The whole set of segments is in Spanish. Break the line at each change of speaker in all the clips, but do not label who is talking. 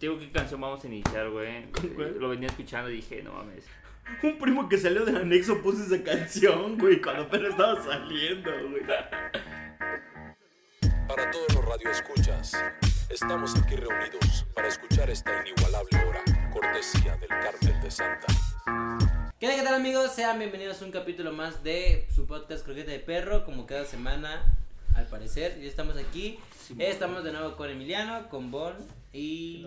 Digo, ¿qué canción vamos a iniciar, güey?
¿Con cuál?
Lo venía escuchando y dije, no mames.
Un primo que salió del anexo puso esa canción, güey, cuando apenas estaba saliendo, güey.
Para todos los radioescuchas, estamos aquí reunidos para escuchar esta inigualable hora, cortesía del Cártel de Santa.
¿Qué tal, qué tal, amigos? Sean bienvenidos a un capítulo más de su podcast Croqueta de Perro, como cada semana, al parecer. Ya estamos aquí. Eh, estamos de nuevo con Emiliano, con Bon y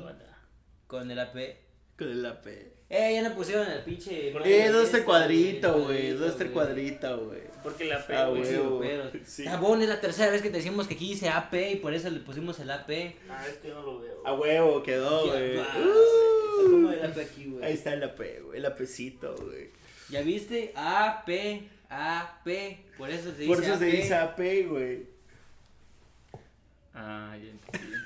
con el AP.
Con el AP.
Eh, ya nos pusieron el pinche. Este,
Eh, ¿dónde está el cuadrito, güey? ¿Dónde está el cuadrito, güey?
Porque la fe,
Ah,
güey.
güey.
Pues Pero,
Sí.
Ah, Bon, es la tercera vez que te decimos que aquí dice AP y por eso le pusimos el AP.
Ah, es que yo no lo veo.
A huevo, quedó, Oh, güey.
Ya,
Uh,
¿Cómo era tú aquí, güey?
Ahí está el AP, güey, el APcito, güey.
¿Ya viste? AP, AP. Por eso se dice
Por eso se
AP.
dice AP, güey.
Ah, ya entendí.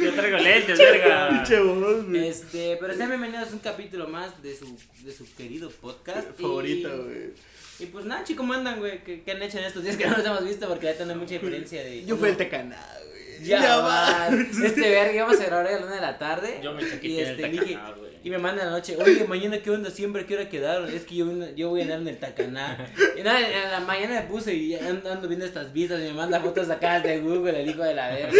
Yo traigo lentes, verga.
Pinche voz, güey.
Este, pero sean bienvenidos a un capítulo más de su, de su querido podcast. y-
Favorito, güey.
Y pues nada, chicos, ¿cómo andan, güey? ¿Qué, qué han hecho en estos días que no nos hemos visto? Porque ahorita no hay mucha diferencia de.
Yo fui el Tecaná, güey.
Ya, va. Este verga, íbamos a grabar a la una de la tarde.
Yo me
y,
chaqueteé en el
este, dije-
Tacaná, güey.
y me manda en la noche, oye, mañana qué onda, siempre qué hora quedaron. Es que yo, vine- yo voy a andar en el Tacaná. Y nada, en la mañana me puse y ando, ando viendo estas vistas y me manda fotos sacadas de Google, el hijo de la verga.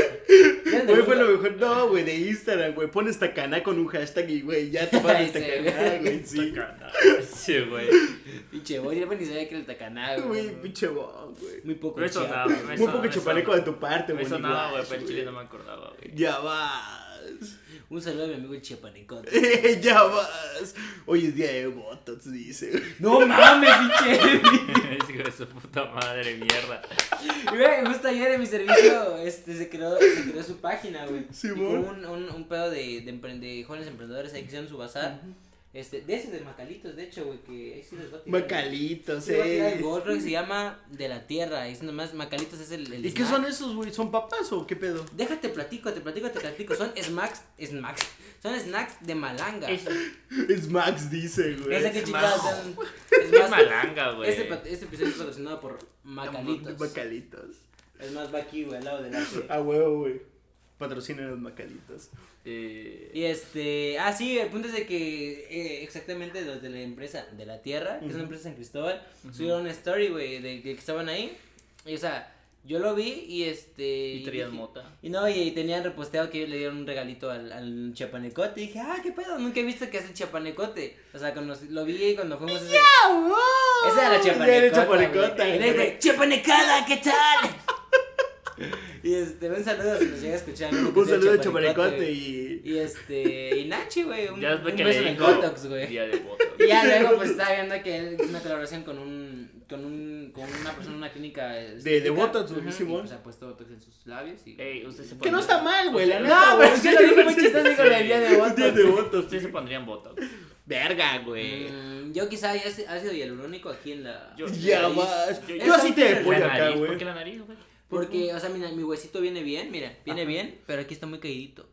¿Eran de
Güey, fue lo
Google?
mejor. No, güey, de Instagram, güey. Pones Tacaná con un hashtag y, güey, ya te
Ahí
pones
se
Tacaná,
ve.
güey. Sí.
Sí, güey.
Pinche, voy, yo ni sabía que era el Tacaná, güey.
Güey, pinche voz, güey.
Muy poco.
No eso
chido.
nada, güey.
Un poco chupaleco de tu parte,
No
güey.
hizo nada, güey,
igual,
pero el chile no me acordaba, güey.
Ya vas.
Un saludo a mi amigo el Chiapanecote.
ya vas. Hoy es día de botox, dice. güey.
No mames, pinche.
Es que su puta madre, mierda.
Güey, justo ayer en mi servicio este, se, creó, se creó su página, güey.
Sí,
Y
güey.
hubo un, un, un pedo de, de, emprend- de jóvenes emprendedores ahí que hicieron su bazar. Este, de ese de Macalitos, de hecho, güey, que ahí sí les va a tirar.
Macalitos,
Sí, les va a tirar el
eh.
gorro que se llama De la Tierra. Es nomás Macalitos es el. el
¿Y qué
snack.
son esos, güey? ¿Son papas o qué pedo?
Déjate platico, te platico, te platico. Son snacks. Snacks. Son snacks de malanga.
Es,
Es Max, dice,
No sé
güey.
qué
es
chingados
más-
son.
es
Es más.
malanga, güey.
Este, pat- este episodio es patrocinado por Macalitos.
Macalitos.
Es más, va aquí, güey, al lado del arte.
A huevo, güey. Patrocinen los Macalitos.
Eh,
Y este, ah, sí, el punto es de que eh, exactamente los de la empresa de la Tierra, que es
Ujú.
una empresa en San Cristóbal, subieron una story, güey, de, de que estaban ahí. Y, o sea, yo lo vi y este.
Y traías
dije-
mota.
Y no, y, y tenían reposteado que le dieron un regalito al, al chapanecote. Y dije, ah, qué pedo, nunca he visto que hace chapanecote. O sea, cuando lo vi cuando fuimos. a ese- Esa era la
Ya era
chapanecota.
chapanecota,
güey. Y le
güey.
dije, chapanecada, ¿qué tal? y este, un saludo si nos llega a escuchar. amigo, que
Un
sea
saludo a
chapanecote,
Chapanecote
güey.
y.
Y este, y Nachi, güey, un,
ya
un
después que
beso
le
en el
dijo.
Botox, güey.
Día de Botox.
Y ya luego pues estaba viendo que es una colaboración con un, con un, con una persona en una clínica estética.
Botox, güey,
Ujú, y,
Simón.
pues, se ha puesto Botox en sus labios y...
Ey, usted se
Que no
pondría-
está mal, güey. la neta,
No, pero sí lo dije muy chistoso con
Sí.
la idea de Botox.
Día de Botox.
Ustedes se pondrían Botox.
Verga, güey.
Mm, yo quizá ya he- ácido hialurónico aquí en la...
Yo-
Ya
nariz.
vas.
Yo-
Yo,
yo
así te
La
voy
la
acá,
nariz, ¿Por
güey.
qué la nariz, güey?
Porque, o sea, mira, mi huesito viene bien, mira, viene
Ajá.
bien, pero aquí está muy caídito.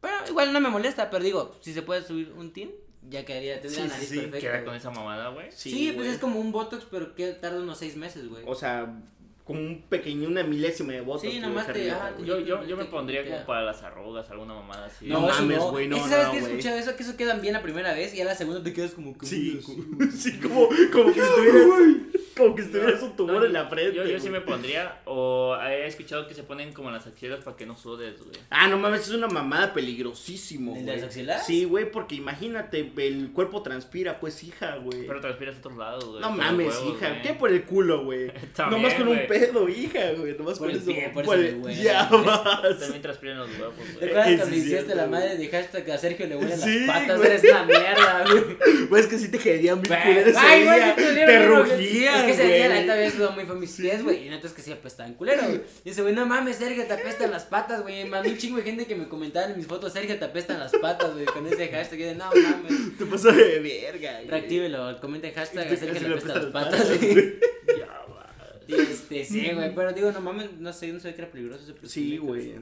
Pero igual no me molesta, pero digo, si se puede subir un tin, ya quedaría, tendría
Sí, sí,
la nariz
sí,
perfecta.
¿Qué era
güey.
con esa mamada, güey?
Sí, pues
güey.
es como un Botox, pero que tarda unos seis meses, güey.
O sea, como un pequeño, una milésima de voto.
Sí, nomás te- ajá, te-
Yo, yo, yo me
Te-
pondría
te-
como para las arrugas, alguna mamada así.
No,
eso
mames, güey, no,
Es que, ¿sabes
no,
qué he
güey.
escuchado eso? Que eso quedan bien la primera vez y a la segunda te quedas como... que,
Sí,
"Uy,
como- sí, como, como que estuvieras, como que estuvieras un tumor
No,
en la frente.
Yo, yo sí me
güey.
pondría, o he escuchado que se ponen como en las axilas para que no sudes, güey.
Ah, no mames, es una mamada peligrosísimo,
¿El de
güey.
las axilas?
Sí, güey, porque imagínate, el cuerpo transpira, pues, hija, güey.
Pero transpiras a otros lados, güey.
No
por los
mames,
huevos,
hija,
güey.
¿qué por el culo, güey?
También,
nomás con un
güey.
pedo, hija, güey, nomás
Por
con
el
eso.
pie, por
por
eso
el-
me huele.
Ya vas.
También transpiran los huevos,
¿Te
güey.
acuerdas
Eh,
cuando
sí, es
hiciste
cierto,
la madre
güey.
de hashtag a Sergio le huelen
Sí,
las patas?
güey.
Eres una mierda, güey.
Güey, es que sí te quedaría bien
Ay,
culero ese
güey,
día.
qué culero,
Te
güey, porque-
rugía,
Es que ese día la
güey.
neta había sudado muy feo mis pies, güey. Y neta es que sí apestaban culero, güey. Dice, güey, no mames, Sergio, te apestan las patas, güey. Me Mandó un chingo de gente que me comentaba en mis fotos, Sergio, te apestan las patas, güey. Con ese hashtag, yo de, no mames.
Te pasó de verga, güey.
Reactívelo, comenten hashtag,
Este,
Sergio,
casi
te
le
apestan las
apestan las
patas,
patas,
güey.
Ya, va.
Y este, sí, güey. Pero digo, no mames, no sé, no sé qué era peligroso ese
Sí,
procedimiento.
güey.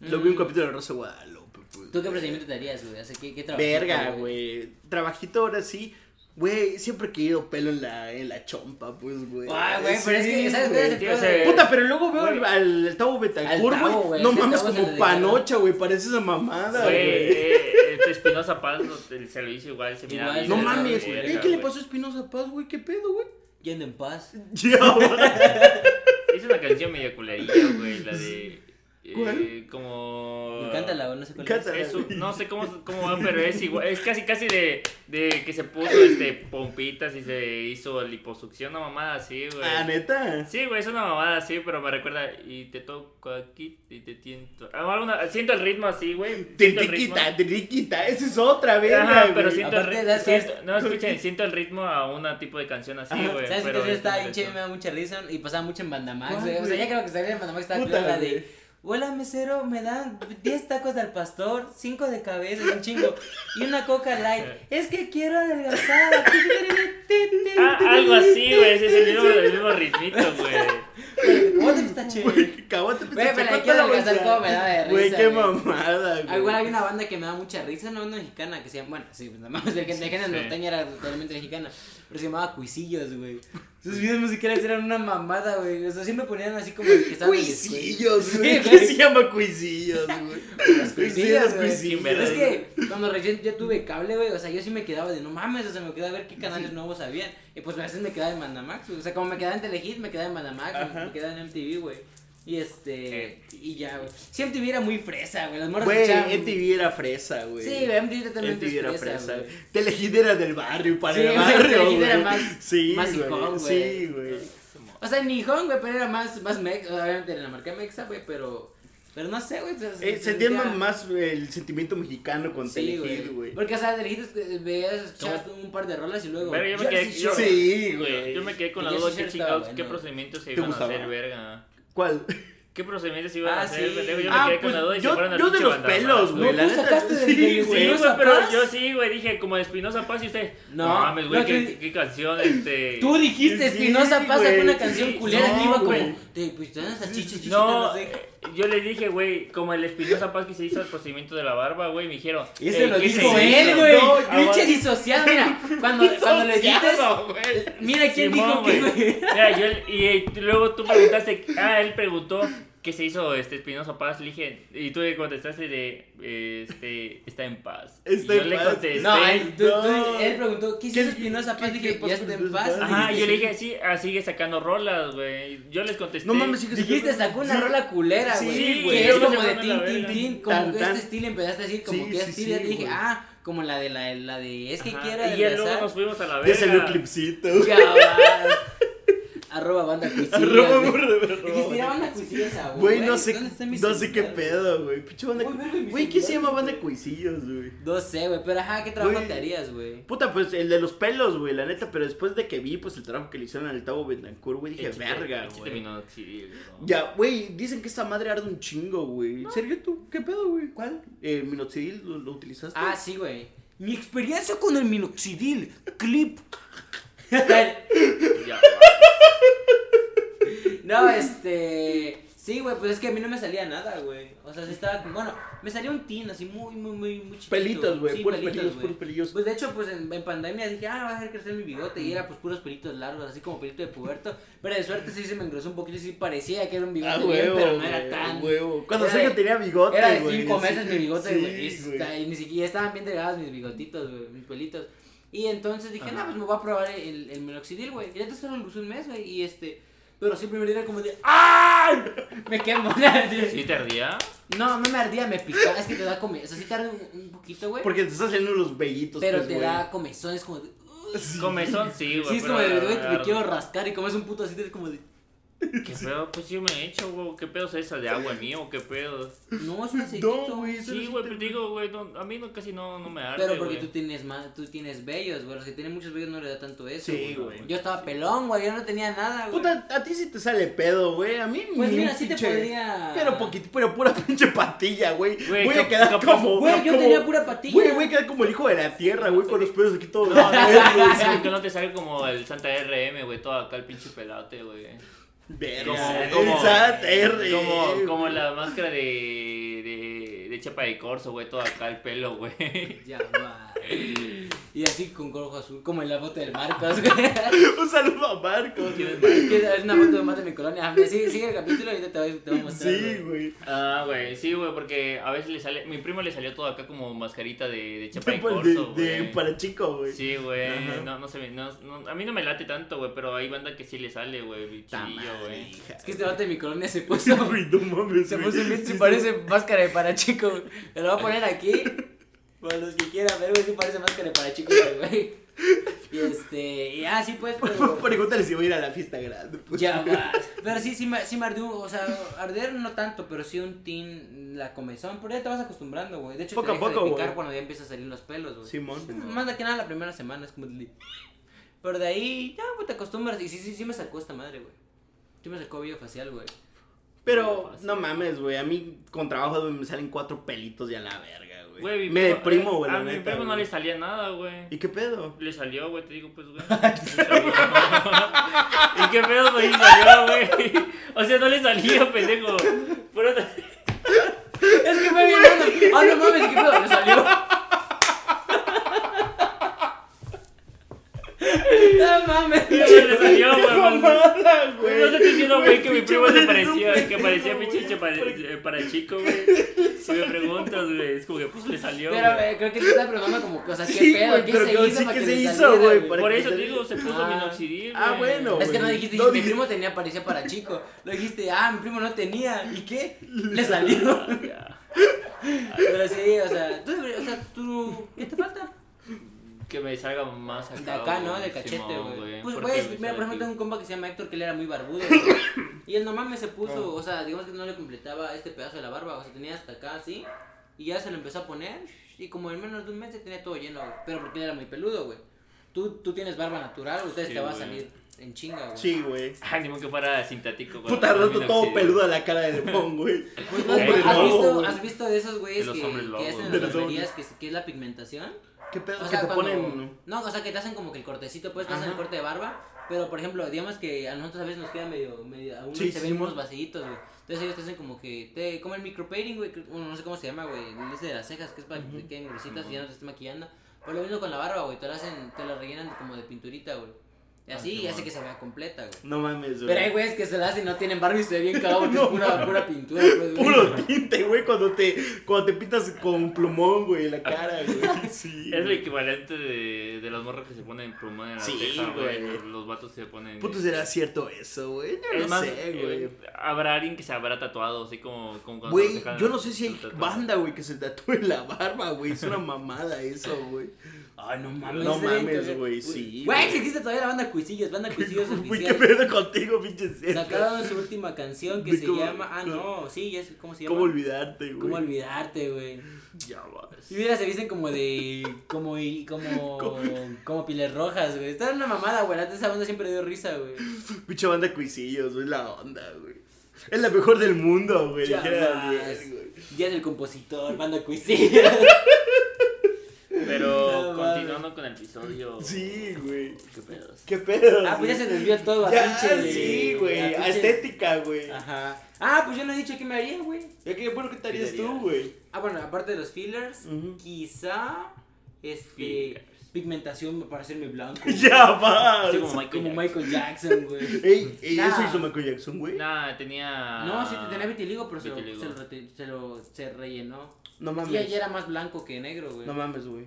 Lo vi
Mm.
en un capítulo de Rosa de Guadalupe. pues.
¿Tú qué procedimiento te harías, güey? O sea, ¿qué, qué trabajo?
Verga, güey. Trabajito ahora sí. Güey, siempre he querido pelo en la, en la chompa, pues, güey.
Ay, güey, pero es que,
Sí,
¿sabes cuál
güey.
es el
tío,
pedo?
ese-
Puta, pero luego veo
Güey.
al, al, Tavo Betancourt,
Al Tavo,
güey.
güey,
No
ese
mames,
Tavo se
como
lo
panocha, güey. Parece esa mamada,
Güey,
güey.
eh, este Espinosa Paz lo- te- se lo hizo igual, se mira
Igual,
bien
No
de la
mames,
verga,
güey. Eh, ¿Qué le pasó a Espinosa Paz, güey? ¿Qué pedo, güey?
Y anda en paz.
Ya, güey.
Hizo una canción medio culerilla, güey, la de... eh,
¿Cuál? Ah.
como...
Me Cántala, güey, no sé cuál
Cántala.
Es un- no sé cómo, cómo va, pero es igual, es casi casi de, de que se puso este pompitas y se hizo liposucción, una mamada así, güey.
Ah, neta.
Sí, güey, es una mamada así, pero me recuerda y te toco aquí y te tiento. Ah, alguna- siento el ritmo así, güey. Siento el ritmo.
Tiriquita, tiriquita. Esa es otra, verga,
Ajá,
güey.
pero siento el
Aparte,
ritmo.
¿sabes qué?
No, escuchen, siento el ritmo a una tipo de canción así,
Ajá.
güey.
¿Sabes qué
pero
canción
es
estaba
como
bien chévere?
eso.
Me daba mucha risa y pasaba mucho en Bandamax,
¿Cuál,
güey. O sea,
güey?
ya creo que salía en Bandamax estaba
Puta,
claro la
güey.
de. Hola mesero, me dan 10 tacos de al pastor, 5 de cabeza, y un chingo, y una coca light. Es que quiero adelgazar.
Ah, algo así, güey. Ese es el mismo, el mismo ritmito, güey.
¿Cómo te Oh, está chévere?
Güey, caguate,
Güey, pero
¿cuánto
le quiero
la
adelgazar
vas a-
como me da de
Güey,
risa,
qué
güey.
mamada,
Ah,
güey.
Igual hay una banda que me da mucha risa, una banda mexicana que se llama, bueno, sí, pues nada más, de que de género
Sí.
norteña era totalmente mexicana, pero se llamaba Cuisillos, güey. Sus videos musicales eran una mamada, güey. O sea, siempre ponían así como que estaban en la escuela.
Cuisillos,
Sí,
güey.
güey.
¿Qué se llama cuisillos, güey?
Las
Sí,
Cuisillas,
las
güey.
cuisillas.
Pero es que cuando recién yo tuve cable, güey, o sea, yo sí me quedaba de no mames, o sea, me quedaba a ver qué canales nuevos habían. Y pues a veces me quedaba en Mandamax, güey. o sea, como me quedaba en Telehit, me quedaba en Mandamax,
Ajá.
me quedaba en MTV, güey. Y este,
Eh.
y ya, güey. Si MTV era muy fresa, güey, las morras
Güey,
echaban-
MTV era fresa, güey.
Sí, güey, MTV totalmente
MTV era
es fresa,
fresa.
güey.
Telehit era del barrio, para
Sí,
el
güey,
barrio,
Telehit
güey.
era más-
sí,
más
güey.
icón,
Sí,
güey.
güey.
O sea, ni Nihon, güey, pero era más, más mex, obviamente era la marca mexa, güey, pero, pero no sé, güey. se-
Eh,
se
sentía
sentía-
más el sentimiento mexicano con
Sí,
Telehit, güey.
Porque, o sea, Telehit eh, veías, escuchabas un par de rolas y luego.
Pero yo me quedé.
Jersey
yo-
Shore.
Sí, güey.
Yo me quedé con la
Y
duda
ese
qué
shirt
chingados,
estaba
qué
bueno.
procedimientos se
¿Te
iban a
gustaba?
hacer, verga.
¿Cuál?
¿Qué procedimientos iban a
Ah,
hacer?
sí.
pendejo? Yo me
Ah,
quedé con
pues,
la duda y
yo-
se fueron al
yo de
pinche
los
Bandamax,
pelos,
güey.
güey.
No,
la
tú
neta-
sacaste del-
sí,
del-
güey.
Sí,
¿Espinosa
güey, pero
Paz?
yo sí, güey, dije como Espinosa Paz y usted.
No,
No, mames, güey,
no,
qué,
tú-
qué canción, este.
Tú dijiste,
Sí,
Espinosa pasa
güey.
con una canción
Sí,
culera
no,
que iba
güey.
como. Te pues te dan esas chichis, chichis,
No,
no sé.
eh, yo les dije, güey, como el Espinosa Paz que se hizo el procedimiento de la barba, güey, me dijeron. "Eh,
Ese lo
¿qué
dijo
se
Como
hizo?
él, güey.
No,
Pinche
aguanta.
disociado, mira. Cuando, cuando le dices.
Disociado, güey.
Mira quién
Simón,
dijo que, güey.
Mira, yo, y eh, tú- luego tú preguntaste, ah, él preguntó qué se hizo este Espinosa Paz, le dije, y tú le contestaste de, eh, este, está en paz. Y
Está
yo
en
le
paz.
contesté.
No, él, tú- tú-
No.
él preguntó, ¿qué
¿Qué-
hizo Espinosa Paz?
qué-
Dije,
qué
ya está en
pasó?
paz.
Ajá,
Dijiste,
yo le dije, pues, sí, ah, sigue sacando rolas, güey. Yo les contesté.
No mames, sigue
Dijiste,
sacando-
sacó una
Sí.
rola culera,
Sí,
güey.
güey,
que es
luego
como
se
de
pone la
tin, tin,
verga.
tin. Como
Tan,
que
tan.
este estilo empezaste a decir, como
Sí,
que
sí,
este estilo.
sí,
y dije,
güey.
ah, como la de la, la de. Es que
Ajá,
quiero
Y ya luego
adelgazar.
nos fuimos a la
Ya
verga.
salió clipcito, güey.
Ya va. Arroba banda cuisilla.
Arroba,
güey.
arroba, arroba,
Es que si era banda cuisilla esa,
Güey, no sé,
¿Dónde está mi
no sé qué
celular, güey?
pedo, güey. Pinche banda.
Uy, verga, mi
Güey, ¿qué se
celular,
llama banda
güey.
cuisillos, güey?
No sé, güey, pero ajá, ¿qué trabajo
Güey.
te harías, güey?
Puta, pues el de los pelos, güey, la neta, pero después de que vi pues el trabajo que le hicieron al Tavo Bendancur, güey, dije,
Échate-
verga,
échate
güey.
minoxidil, bro.
Ya, güey, dicen que esta madre arde un chingo, güey. Sergio, ¿tú qué pedo, güey? ¿Cuál? Eh, minoxidil, ¿lo, lo utilizaste?
Ah, sí, güey. Mi experiencia con el minoxidil, clip. no,
Ya,
este. Sí, güey, pues es que a mí no me salía nada, güey. O sea, sí estaba. Bueno, me salía un tin así muy, muy, muy, muy chiquito.
Pelitos, güey,
Sí,
puros
pelitos,
pelillos,
güey.
puros pelillos.
Pues de hecho, pues en, en pandemia dije, ah, voy a dejar crecer mi bigote. Y era pues puros pelitos largos, así como pelito de puberto. Pero de suerte sí se me engrosó un poquito y sí parecía que era un bigote
Ah,
bien,
huevo,
pero no
güey,
era tan.
huevo. Cuando
Era
Sergio
de-
tenía bigote,
Era de
güey,
5
así.
meses mi bigote,
Sí,
güey. y está- y ni siquiera estaban bien delgados mis bigotitos, güey, mis pelitos. Y entonces dije,
Ajá.
no, pues me voy a probar el, el minoxidil, güey. Y ya te solo lo usé un mes, güey. Y este. Pero sí, primero era como de. ¡Ay! Me quemo.
¿Sí te ardía?
No, no me ardía, me picaba. Es que te da comezón. O sea, sí te arde un, un poquito, güey.
Porque te estás saliendo los vellitos,
Pero
pues,
te
güey.
da comezón, es como de.
Sí.
Comezón, sí, güey.
Sí, es
pero
como de,
ar-
güey, me
ar-
quiero rascar. Y como es un puto así, es como de.
¿Qué pedo? Pues yo me he hecho, güey. ¿Qué pedo es esa de agua en mí o qué pedo?
No, es un aceitito.
güey, eso
Sí,
no
güey,
se
pero
te-
digo, güey, no, a mí no, casi no, no me arde,
Pero porque
güey.
tú tienes más, tú tienes vellos, güey. Los que tienen muchos vellos no le da tanto eso.
Sí, güey.
Yo estaba pelón, güey. Yo no tenía nada, güey.
Puta, a ti sí te sale pedo, güey. A mí
Pues
ni
mira,
un
sí te
pinche-
podría-
Pero poquito, pero pura pinche patilla, güey.
Güey,
Voy a
cap-
quedar
capaz-
como.
Güey, yo
como-
tenía pura patilla.
Güey, voy a quedar como el hijo de la tierra, güey, con los pelos aquí todos.
No, no,
verdes.
no, sí, güey, que no te sale como el Santa RM, güey, todo acá el pinche pelote, güey.
Verga,
Como,
el
como,
SAT, R,
como,
güey.
como la máscara de, de, de chapa de corso, güey, todo acá el pelo, güey.
Ya va. Y así con corojo azul, como en la foto del Marcos, güey.
Un saludo a Marcos.
Es que es una foto de más de mi colonia. Ah, Sí, sigue el capítulo y ahorita te voy, te voy a mostrar.
Sí, güey.
Ah, güey, sí, güey, porque a veces le sale, mi primo le salió todo acá como mascarita de, de chapa de
De,
corso,
de-
güey.
para chico, güey.
Sí, güey,
Ajá.
no, no se me, no, no- a mí no me late tanto, güey, pero hay banda que sí le sale, güey, bichillo, güey.
Es que este vato de mi colonia se
Sí,
puso.
güey, no mames,
Se
güey.
puso bien,
Sí,
si este parece máscara de para chico. güey. Te lo voy a poner aquí. Para los que quieran ver, güey, si parece máscara de para chico, güey. Y este. Y así pues. pero-
Pregúntale si voy a ir a la fiesta grande. pues.
Ya va. Pero sí, sí me, sí me ardió. O sea, arder no tanto, pero sí un tin la comezón. Pero ya te vas acostumbrando, güey. De hecho,
Poco
te
a
deja de
poco,
picar
güey.
cuando ya empieza a salir los pelos, güey.
Simón.
Más de que nada la primera semana es como. li- Pero de ahí, ya, güey, te acostumbras. Y sí, sí, sí me sacó esta madre, güey. Sí me sacó biofacial, güey.
Pero no mames, güey. A mí con trabajo güey, me salen cuatro pelitos y a la verga, güey.
Güey, mi primo- eh,
me deprimo, güey.
A
la
mi
neta,
primo no
güey.
le salía nada, güey.
¿Y qué pedo?
Le salió, güey, te digo, pues, güey. Le salió. ¿Y qué pedo, güey? Salió, güey. O sea, no le salía, pendejo. Puro-
Es que me viene viendo. Ah, no mames, qué pedo, me salió. No mames.
Le salió, güey. pues.
Mamada,
No te estoy diciendo, güey, que mi
pinche
primo se
madre,
parecía,
es un
que parecía
pendejo,
pinche
güey.
para, para chico, güey. Si me preguntas, güey, es como que, pues, le salió,
Pero
güey.
güey, creo que te está preguntando como cosas, qué
Sí,
pedo,
güey,
qué
pero
se
que-
hizo
sí,
para
¿qué
que
se
le
hizo,
saliera,
güey?
güey?
Para
Por
que
eso,
te
te
diga.
digo, se puso
Ah.
minoxidil,
Ah,
güey.
bueno.
Es que no
güey.
dijiste,
No
dijiste, mi
dije-
primo tenía parecía para chico. Lo dijiste, ah, mi primo no tenía. ¿Y qué? Le salió.
Ya.
Pero sí, o sea, tú, deberías- o sea, tú, ¿qué te falta?
Que me salga más acá.
De acá, ¿no?
güey,
De cachete,
Simón,
güey. Pues,
porque me
güey, mira, por
sale
ejemplo, tengo
aquí.
un compa que se llama Héctor que él era muy barbudo. güey. y él nomás me se puso, o sea, digamos que no le completaba este pedazo de la barba, o sea, tenía hasta acá así. Y ya se lo empezó a poner. Y como en menos de un mes se tenía todo lleno, güey. Pero porque él era muy peludo, güey. Tú, tú tienes barba natural, ustedes
Sí,
te va a
güey.
salir en chinga, güey.
Sí, güey.
Ah, ni modo que fuera sintático. güey, para
Puta, rato todo
minoxidil.
peludo a la cara de Lemón, güey.
Pues, ¿no?
Hombre
¿Has,
lobo,
visto,
güey.
has visto de esos güeyes
De los
que,
hombres
que
lobos,
hacen
de
en
los
las barberías
hombres.
que, que es la pigmentación?
¿Qué pedo?
O
que
sea,
te
cuando-
ponen...
No, o sea, que te hacen como que el cortecito, pues, te hacen el
Ajá.
corte de barba. Pero, por ejemplo, digamos que a nosotros a veces nos queda medio, medio aún
Sí,
se
sí,
ven
mo-
unos vacíitos, güey. Entonces ellos te hacen como que, te, como el micropading, güey, que- bueno, no sé cómo se llama, güey, el ese de las cejas, que es para que te queden gruesitas y ya no te estén maquillando. Pues lo mismo con la barba, güey, te la hacen, te la rellenan como de pinturita, güey.
Ah,
Y así, y hace que se vea completa, güey.
No mames,
Pero hay
güey.
güeyes que se la hacen y no tienen barba y se ve bien cagado porque es pura, pura pintura, pues, güey.
Puro tinte, güey, cuando te, cuando te pintas con plumón, güey, la cara, güey. Sí.
Es lo equivalente de, de las morras que se ponen plumón en la
Sí,
ceja, güey.
güey.
Los, los vatos que se ponen.
Puto,
eh,
¿será cierto eso, güey? Yo
Es
no
más,
sé,
eh,
güey.
habrá alguien que se habrá tatuado, así como, como cuando se
Güey,
dejan
yo
el-
no sé si
el
hay
tatuaje.
banda, güey, que se tatúe la barba, güey. Es una mamada eso, güey.
Ay, no
mames, No mames, güey, sí,
Güey,
güey.
si existe todavía la banda Cuisillos, banda Cuisillos
Güey, qué
oficial.
pedo contigo, pinche Sergio.
Sacaron su última canción que
De
se
cómo-
llama. Ah,
cómo-
no, sí, ya sé cómo se llama.
¿Cómo olvidarte, güey?
Cómo olvidarte, güey.
Ya vas.
Y mira, se visten como de. como. y- como. como piles rojas, güey. Está una mamada, güey. Antes esa banda siempre dio risa, güey.
Pinche banda cuisillos, güey, la onda, güey. Es la mejor del mundo, güey.
Ya
dijera
vas.
Daniel, güey.
Día del compositor, banda Cuisillos.
Pero
No,
continuando con el episodio.
Sí, güey.
Qué pedos.
¿Qué pedo?
Ah, pues
güey?
ya se desvió todo, a
Ya, ah,
pinche-
sí, güey.
a
A
pinche-
estética, güey.
Ajá. Ah, pues yo no he dicho que me haría, güey.
Ya que, bueno, ¿qué te harías
¿Qué te
tú,
harías?
güey?
Ah, bueno, aparte de los fillers,
Ujú.
quizá. Este.
Fillers.
Pigmentación para hacerme blanco.
Ya vas.
Así como Michael.
Como Michael Jackson, güey.
Ey, ey,
Nah.
eso hizo Michael Jackson, güey.
Nah, tenía.
No, sí, te tenía vitiligo, pero se lo,
Ah, Vitiligo.
se lo reti- se lo- se rellenó.
No
Sí,
mames.
ya era más blanco que negro, güey. Este
No mames, güey.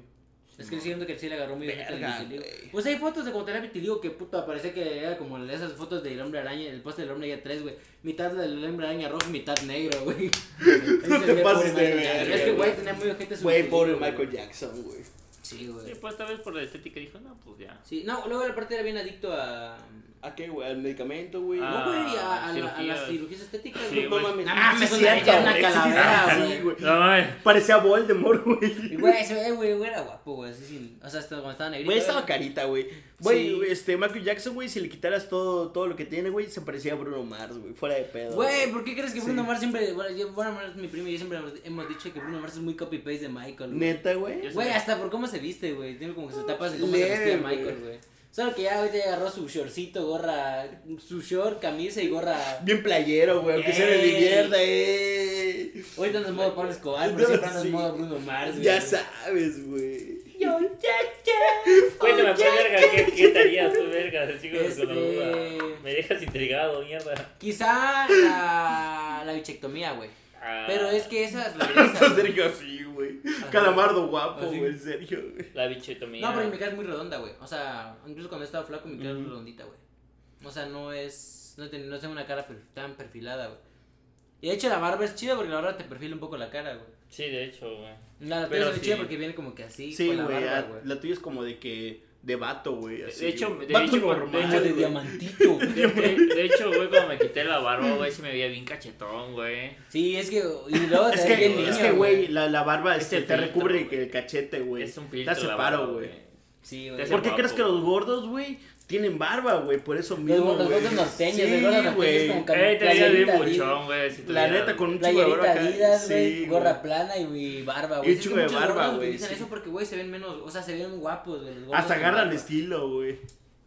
es que siento que sí le agarró muy bien el
Verga,
vitiligo.
güey.
Pues hay fotos de cuando tenía vitiligo que puta, parece que era como esas fotos del hombre araña, el poste del hombre araña 3, güey. Mitad del hombre araña rojo, mitad negro, güey.
No te pases de verga,
Es que, güey,
güey.
tenía muy ojete su
Güey,
vitiligo,
pobre Michael Jackson, güey.
Sí,
Sí,
güey.
pues tal vez por la estética dijo, no, pues ya.
Sí, no, luego aparte era bien adicto a.
¿A qué, güey? ¿Al medicamento, güey?
Ah,
No, güey, a, a la- a las
cirugías.
cirugías estéticas,
Sí,
güey.
no mames. Ah,
No mames,
Sí,
una-
cierto,
era una
güey. Sí,
calavera,
sí,
güey.
güey.
No mames.
Parecía Voldemort, güey.
Y, güey, ese güey, güey, güey, era guapo, güey. Así sin... O sea, hasta cuando estaba negrito.
Güey,
güey.
estaba carita, güey. Güey,
Sí.
este, Michael Jackson, güey, si le quitaras todo, todo lo que tiene, güey, se parecía a Bruno Mars, güey. Fuera de pedo.
Güey, ¿por qué crees que
Sí.
Bruno Mars siempre. Bueno, yo, Bruno Mars es mi primo y yo siempre hemos- hemos dicho que Bruno Mars es muy copy-paste de Michael. güey.
Neta, güey.
Yo-
Güey, hasta por cómo se viste, güey. Tiene como que sus tapas de cómo
Leve,
se vestía
güey.
Michael, güey. Solo que ya ahorita ya agarró su shortcito, gorra. Su short, camisa y gorra.
Bien playero, güey. Aunque sea de
Ey.
mierda, eh.
Ahorita no es modo Pablo Escobar, pero
No,
siempre andas
sí.
en modo Bruno Mars, güey.
Ya sabes, güey.
Yo, ya,
Cuéntame, pues, verga, ¿qué, qué te harías tú, verga? Sigo con la
Este-
duda. Me dejas intrigado, mierda.
Quizá la, la bichectomía, güey.
Ah,
Pero es que esa
Está Sergio así, güey. Calamardo
¿Ah,
guapo,
Así.
güey, Sergio, güey.
La bichetomía.
No, pero mi cara es muy redonda, güey. O sea, incluso cuando estaba flaco, mi cara es redondita, güey. O sea, no es. No, ten- no tengo una cara per- tan perfilada, güey. Y de hecho, la barba es chida porque la barba te perfila un poco la cara, güey.
Sí, de hecho, güey.
La la
Pero
tuya es
sí.
chida porque viene como que así.
Sí,
con la
güey.
barba,
ah, La tuya es como de que. De vato, güey. así,
hecho,
güey.
de
Vato
hecho, por-
normal,
Como de
güey.
diamantito.
De, de- de hecho, güey, cuando me quité la barba, güey, sí me veía bien cachetón, güey.
Sí, es que. Y luego
Es que,
te ves bien
es
niño,
que, güey, la, la barba este,
el
te
filtro,
recubre
güey.
el cachete, güey.
Es un filtro.
Te hace
la barba,
paro, güey.
Sí,
Te
güey.
hace
¿Por qué
guapo,
crees que
güey.
los gordos, güey, tienen barba, güey? Por eso
Los
mismo,
gordos
güey.
los norteños,
Sí,
el gordo norteño es como cam-
Eh, te veía bien
playerita,
buchón, güey. si
La
tuviera-
neta, con un chingo de
Playerita
barba. acá.
Adidas, güey,
Sí,
gorra plana y güey, barba, güey.
Y
Es que
chingo de
muchos
barba,
gordos
güey,
utilizan
sí.
eso porque, güey, se ven menos, o sea, se ven guapos, güey. los gordos
Hasta
con
agarran
barba.
estilo, güey.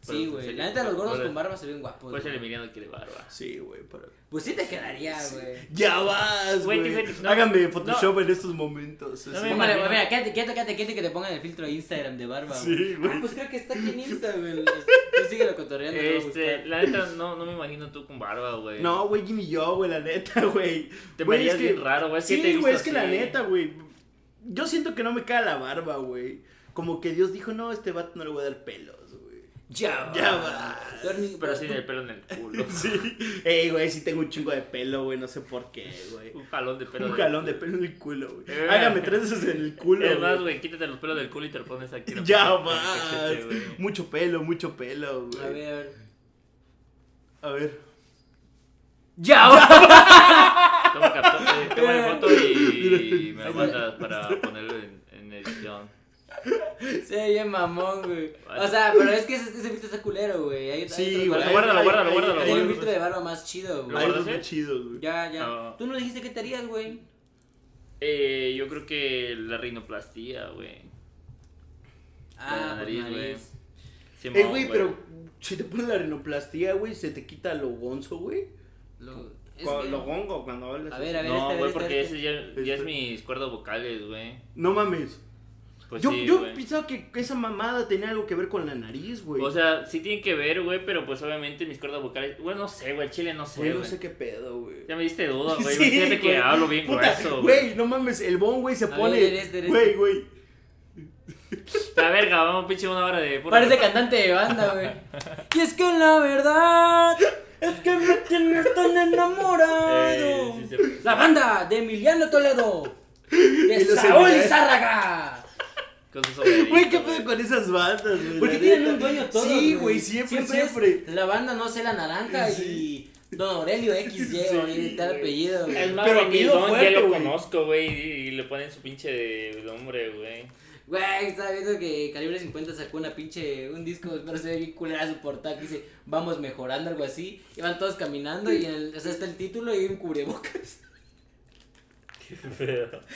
Sí, güey. La neta, los gordos con barba se ven guapos.
Pues el
güey.
Emiliano quiere barba.
Sí, güey, pero...
Pues sí te quedaría, güey.
Ya vas,
Güey,
güey.
fíjate, no,
Hágame Photoshop en estos momentos.
No
así.
me
Póngale,
imagino.
güey, mira, quédate, quédate, quédate, quédate que te pongan el filtro de Instagram de barba, güey.
Sí, güey.
Ah, pues creo que está aquí en Instagram, güey. Tú síguelo cotorreando, lo voy a
Este,
buscar.
la neta, no, no me imagino tú con barba, güey.
No, güey, ni yo, güey, la neta, güey.
Te
Güey,
verías
es
bien raro, güey, es que te he
Sí,
visto
güey, es que la
así.
neta, güey. Yo siento que no me cae la barba, güey. Como que Dios dijo, no, a este vato no le voy a dar pelos, güey.
Ya,
Ya
va. Torni-
Pero sin el pelo en el culo.
Sí. Ey, güey, sí tengo un chingo de pelo, güey, no sé por qué, güey.
Un jalón de pelo.
Un
del
jalón de
culo.
pelo en el culo, güey.
Eh,
Hágame tres veces en el culo.
Es más,
güey.
güey, quítate los pelos del culo y te lo pones aquí. en el
Ya
cachete,
vas.
güey.
Mucho pelo, mucho pelo, güey.
A ver.
A ver.
Ya va.
Toma, capto- eh, toma la foto y me la
Mira.
mandas para ponerlo en, en edición.
Se ve bien mamón, güey.
Vale.
O sea, pero es que ese, ese filtro está culero, güey. Hay- hay
Sí,
otros
güey.
barba-
hay-
guárdalo,
hay-
guárdalo,
hay-
guárdalo,
hay
Hay un
unos-
filtro de barba más chido, güey.
¿Lo
Hay unos
guardaste?
muy chidos, güey.
Ya, ya.
No.
Tú no dijiste que te harías, güey.
Eh, yo creo que la rinoplastía, güey.
Ah,
la
por
nariz, güey.
nariz.
Simón,
Ey, Eh, güey, pero si te pones la rinoplastía, güey, se te quita lo gonzo, güey.
Lo- es
Cu-
que-
Lo gongo cuando hablas.
A ver, a ver, este, a
No,
ver,
güey,
este,
porque
este.
ese ya, ya es
Este.
mis cuerdas vocales, güey.
No mames.
Pues
yo
sí,
yo
güey.
pensaba que esa mamada tenía algo que ver con la nariz, güey.
O sea, sí tiene que ver, güey, pero pues obviamente mis cuerdas vocales. Güey, no sé, güey, chile, no sé.
Güey, no
güey.
sé qué pedo, güey.
Ya me diste duda, güey.
Sí,
Imagínate que
güey.
hablo bien
Puta,
grueso, güey.
Güey, no mames, el bon, güey, se
A
pone.
ver, este, este.
Güey, güey.
La verga, vamos, pinche una hora de. pura-
Parece cantante de banda, güey. y es que la verdad es que me tienes tan
Eh,
enamorado.
sí se-
La banda de Emiliano Toledo. De
Y los
Saúl
celulares.
Izárraga.
Con sus sombreritos,
Güey, ¿qué pedo con esas bandas, güey?
¿Por qué
La
tienen
neta.
un dueño todo?
Sí, güey, siempre, siempre.
La banda no sé la naranja y Don Aurelio XY,
Sí,
güey, tal
güey.
apellido,
Es
güey.
más,
Pero
pero mi
apellido
don
fuerte,
ya lo
güey.
conozco, güey, y, y le ponen su pinche de nombre, güey.
Güey, estaba viendo que Calibre 50 sacó una pinche, un disco, pero se ve bien culera su portada que dice, vamos mejorando, algo así. Y van todos caminando y en el, o sea, está el título y un cubrebocas.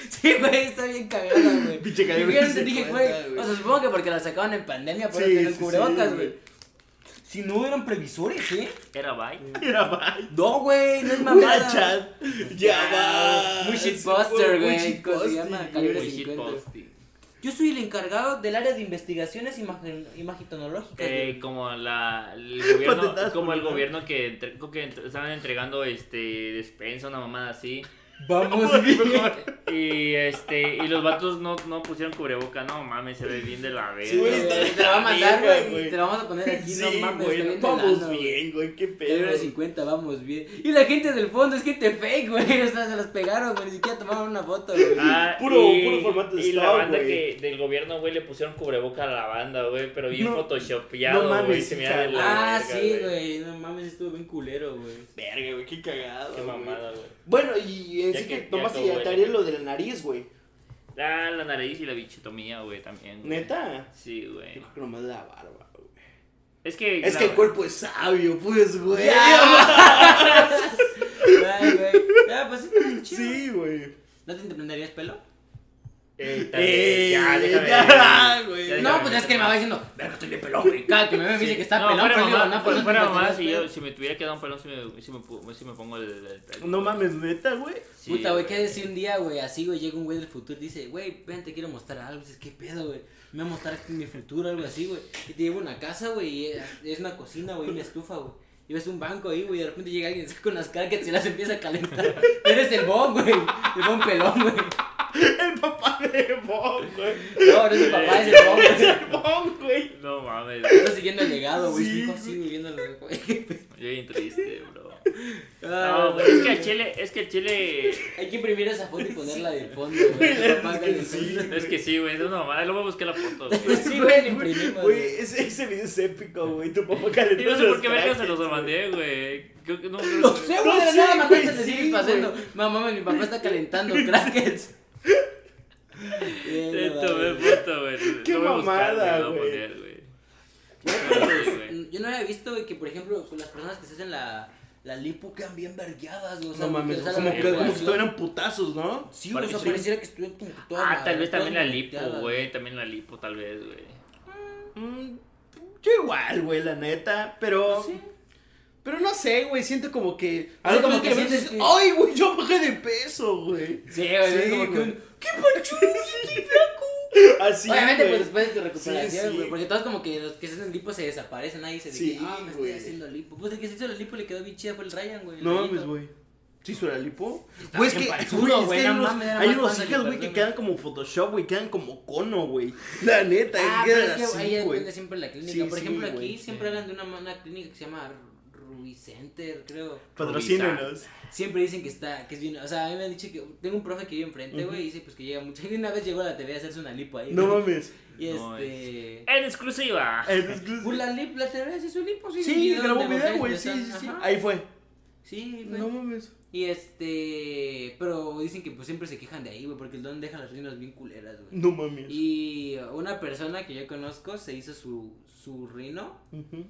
Sí, güey, está bien cagada, güey.
Pinche Calibre
Y vieron,
50,
dije, güey,
güey.
o sea, supongo que porque la sacaban en pandemia, pero
Sí,
tenían
sí,
cubrebocas,
sí,
güey.
güey.
si no eran previsores, ¿eh?
Era bye.
Mira, bye.
No, güey, no es mamada.
Una chat. Ya va.
Muy shitbuster,
Muy
güey. ¿Cómo se llama?
shitposting,
Calibre
güey.
Muy
50.
shitposting.
Yo soy el encargado del área de investigaciones imagen- imagitonológicas.
Eh, como la el gobierno,
Patentadas
como el
por-
gobierno que, entre- que entre- estaban entregando este despensa una mamada así
Vamos bien.
y este y los vatos no, no pusieron cubreboca no mames se ve bien de la verga
Sí, güey,
güey.
está de
te la va a
la
mandar,
verga,
güey. y
güey.
Te la vamos a poner aquí, no
Sí,
mames.
güey,
está bien
vamos
pelando, güey.
bien, güey, qué
Calibre
pedo.
50, vamos bien. Y la gente del fondo es gente fake, güey. O sea, se las pegaron, güey. Ni siquiera tomaron una foto, güey.
Ah,
Puro-
y,
puro formato de
y la
stock,
banda
güey.
que del gobierno güey le pusieron cubreboca a la banda güey pero bien
No,
photoshopeado
no mames,
güey se mira de la
Ah,
verga,
sí, güey. No mames, estuvo bien culero, güey.
Verga, güey, qué cagado.
qué
güey.
mamada güey
Bueno, y en
Ya
sí
que-
que
ya
nomás
todo
se
huele.
ataría lo de la nariz, güey.
ah la nariz y la bichotomía güey también güey.
Neta.
sí
Yo
güey
creo que nomás la barba, güey.
es que
Es
la-
que el cuerpo es sabio, pues, güey.
Ay, güey. Ya, pues sí, está bien chido.
Sí, güey.
¿No te prenderías pelo?
Eh, tal
Eh,
vez, ya, déjame.
ya, güey.
ya, déjame.
No, pues es que me va diciendo, verga, estoy bien pelón, güey. Cada que me ve me dice que está
No,
pelón,
fuera
pero
mamá,
no, pues, no,
fuera,
pelón,
fuera
pelón,
mamá,
pelón,
si, yo,
pelón.
si me tuviera que dar un pelón, si me, si me, pu- si me pongo el... el- el-
No mames, neta, güey.
sí,
Puta, güey, ¿qué decir un día, güey? Así, güey, llega un güey del futuro y dice, güey, ven, te quiero mostrar algo. Dices, ¿qué pedo, güey? Me va a mostrar mi fritura, algo así, güey. Y te lleva a una casa, güey, y es- es una cocina, güey, una estufa, güey. Y ves un banco ahí, güey, y de repente llega alguien saca unas cargas y las empieza a calentar. Eres el bon, güey. El bon pelón, güey.
El papá de Bong, güey.
No, eres el papá, es el bon, güey.
Bong, güey.
No mames,
Estás siguiendo el legado, güey.
Sí,
Sí, así, güey, viendo el güey.
yo bien triste, bro. No,
Ah,
güey, es que el chile, es que el chile...
Hay que imprimir esa foto y ponerla de fondo,
Güey,
güey.
la
Papá
verdad
con
es que
el
sí.
fondo.
No, es que sí, güey, es una mamada, luego voy a buscar la foto, güey.
Pues sí, güey, la imprimimos,
Güey,
güey.
ese, ese video es épico, güey. Tu papá
Y
calentó
no sé por qué
los
verga se los
brackets, güey.
mandé, güey. Creo que no...
No sé, güey, de la
sé,
nada
güey,
mandaste
sí,
decir sí, pasando. Mamá, mami, mi papá está calentando crackets. Bien,
Te
no,
tomé
güey.
foto, güey.
Qué
Lo voy a buscar,
mamada,
lo voy a
güey.
poner, güey. Sí, güey.
Yo no había visto güey, que, por ejemplo, con las personas que se hacen la, la lipo quedan bien vergueadas, güey. O sea,
No mames,
o sea, la
como que, como que
recuperación-
estuvieran putazos, ¿no?
Sí, güey, o sea,
Parece-
pareciera que estuvieran como que todas
Ah, tal vez
todas
también la lipo,
moldeadas.
güey. También la lipo, tal vez, güey.
Mm, yo igual, güey, la neta.
Pues
Pero. Pero no sé, güey. Siento como que.
Algo
como
como
que
que
ves,
sientes que-
Ay, güey, yo bajé de peso, güey.
Sí, güey, es como que
güey.
un-
¡Qué panchudo! ¡Qué flaco! Así.
Obviamente,
güey.
pues después de tu
Sí,
recuperación,
sí.
güey. Porque todos como que los que se hacen lipo se desaparecen ahí. Se
Sí,
dicen, ah, me
güey.
estoy haciendo lipo. Pues el que se hizo la lipo le quedó bien chida fue el Ryan, güey. el
No
Rayito.
mames, güey. ¿Sí hizo la lipo?
Está
Güey, es
bien
que,
panzudo,
güey, es
güey,
que hay
no
unos,
mames, era
hay
más
unos
panza que
hijas, güey, que
persona.
quedan como Photoshop, güey, quedan como cono, güey. La neta,
Ah, pero
quedan
es que ahí
así, güey.
depende siempre la clínica.
Sí,
Por
sí,
ejemplo, aquí
güey,
siempre hablan de una, una clínica que se llama Ruicenter, creo.
Patrocínenos.
Siempre dicen que está, que es bien, o sea, a mí me han dicho que, tengo un profe que vive enfrente, güey, y dice, pues que llega mucha, y una vez llegó a la TV a hacerse una lipo ahí.
No
güey.
mames.
Y
No,
este...
En exclusiva.
Es exclusivo.
Pues la, lip, la TV hace su lipo, sí.
Sí, grabó un
donde
video,
mujeres
güey. Sí, sí,
besan,
sí.
ajá.
Ahí fue.
Sí, güey.
No mames.
Y este, pero dicen que pues siempre se quejan de ahí, güey, porque el don deja las reinas bien culeras, güey.
No mames.
Y una persona que yo conozco se hizo su, su rino,
Ujú.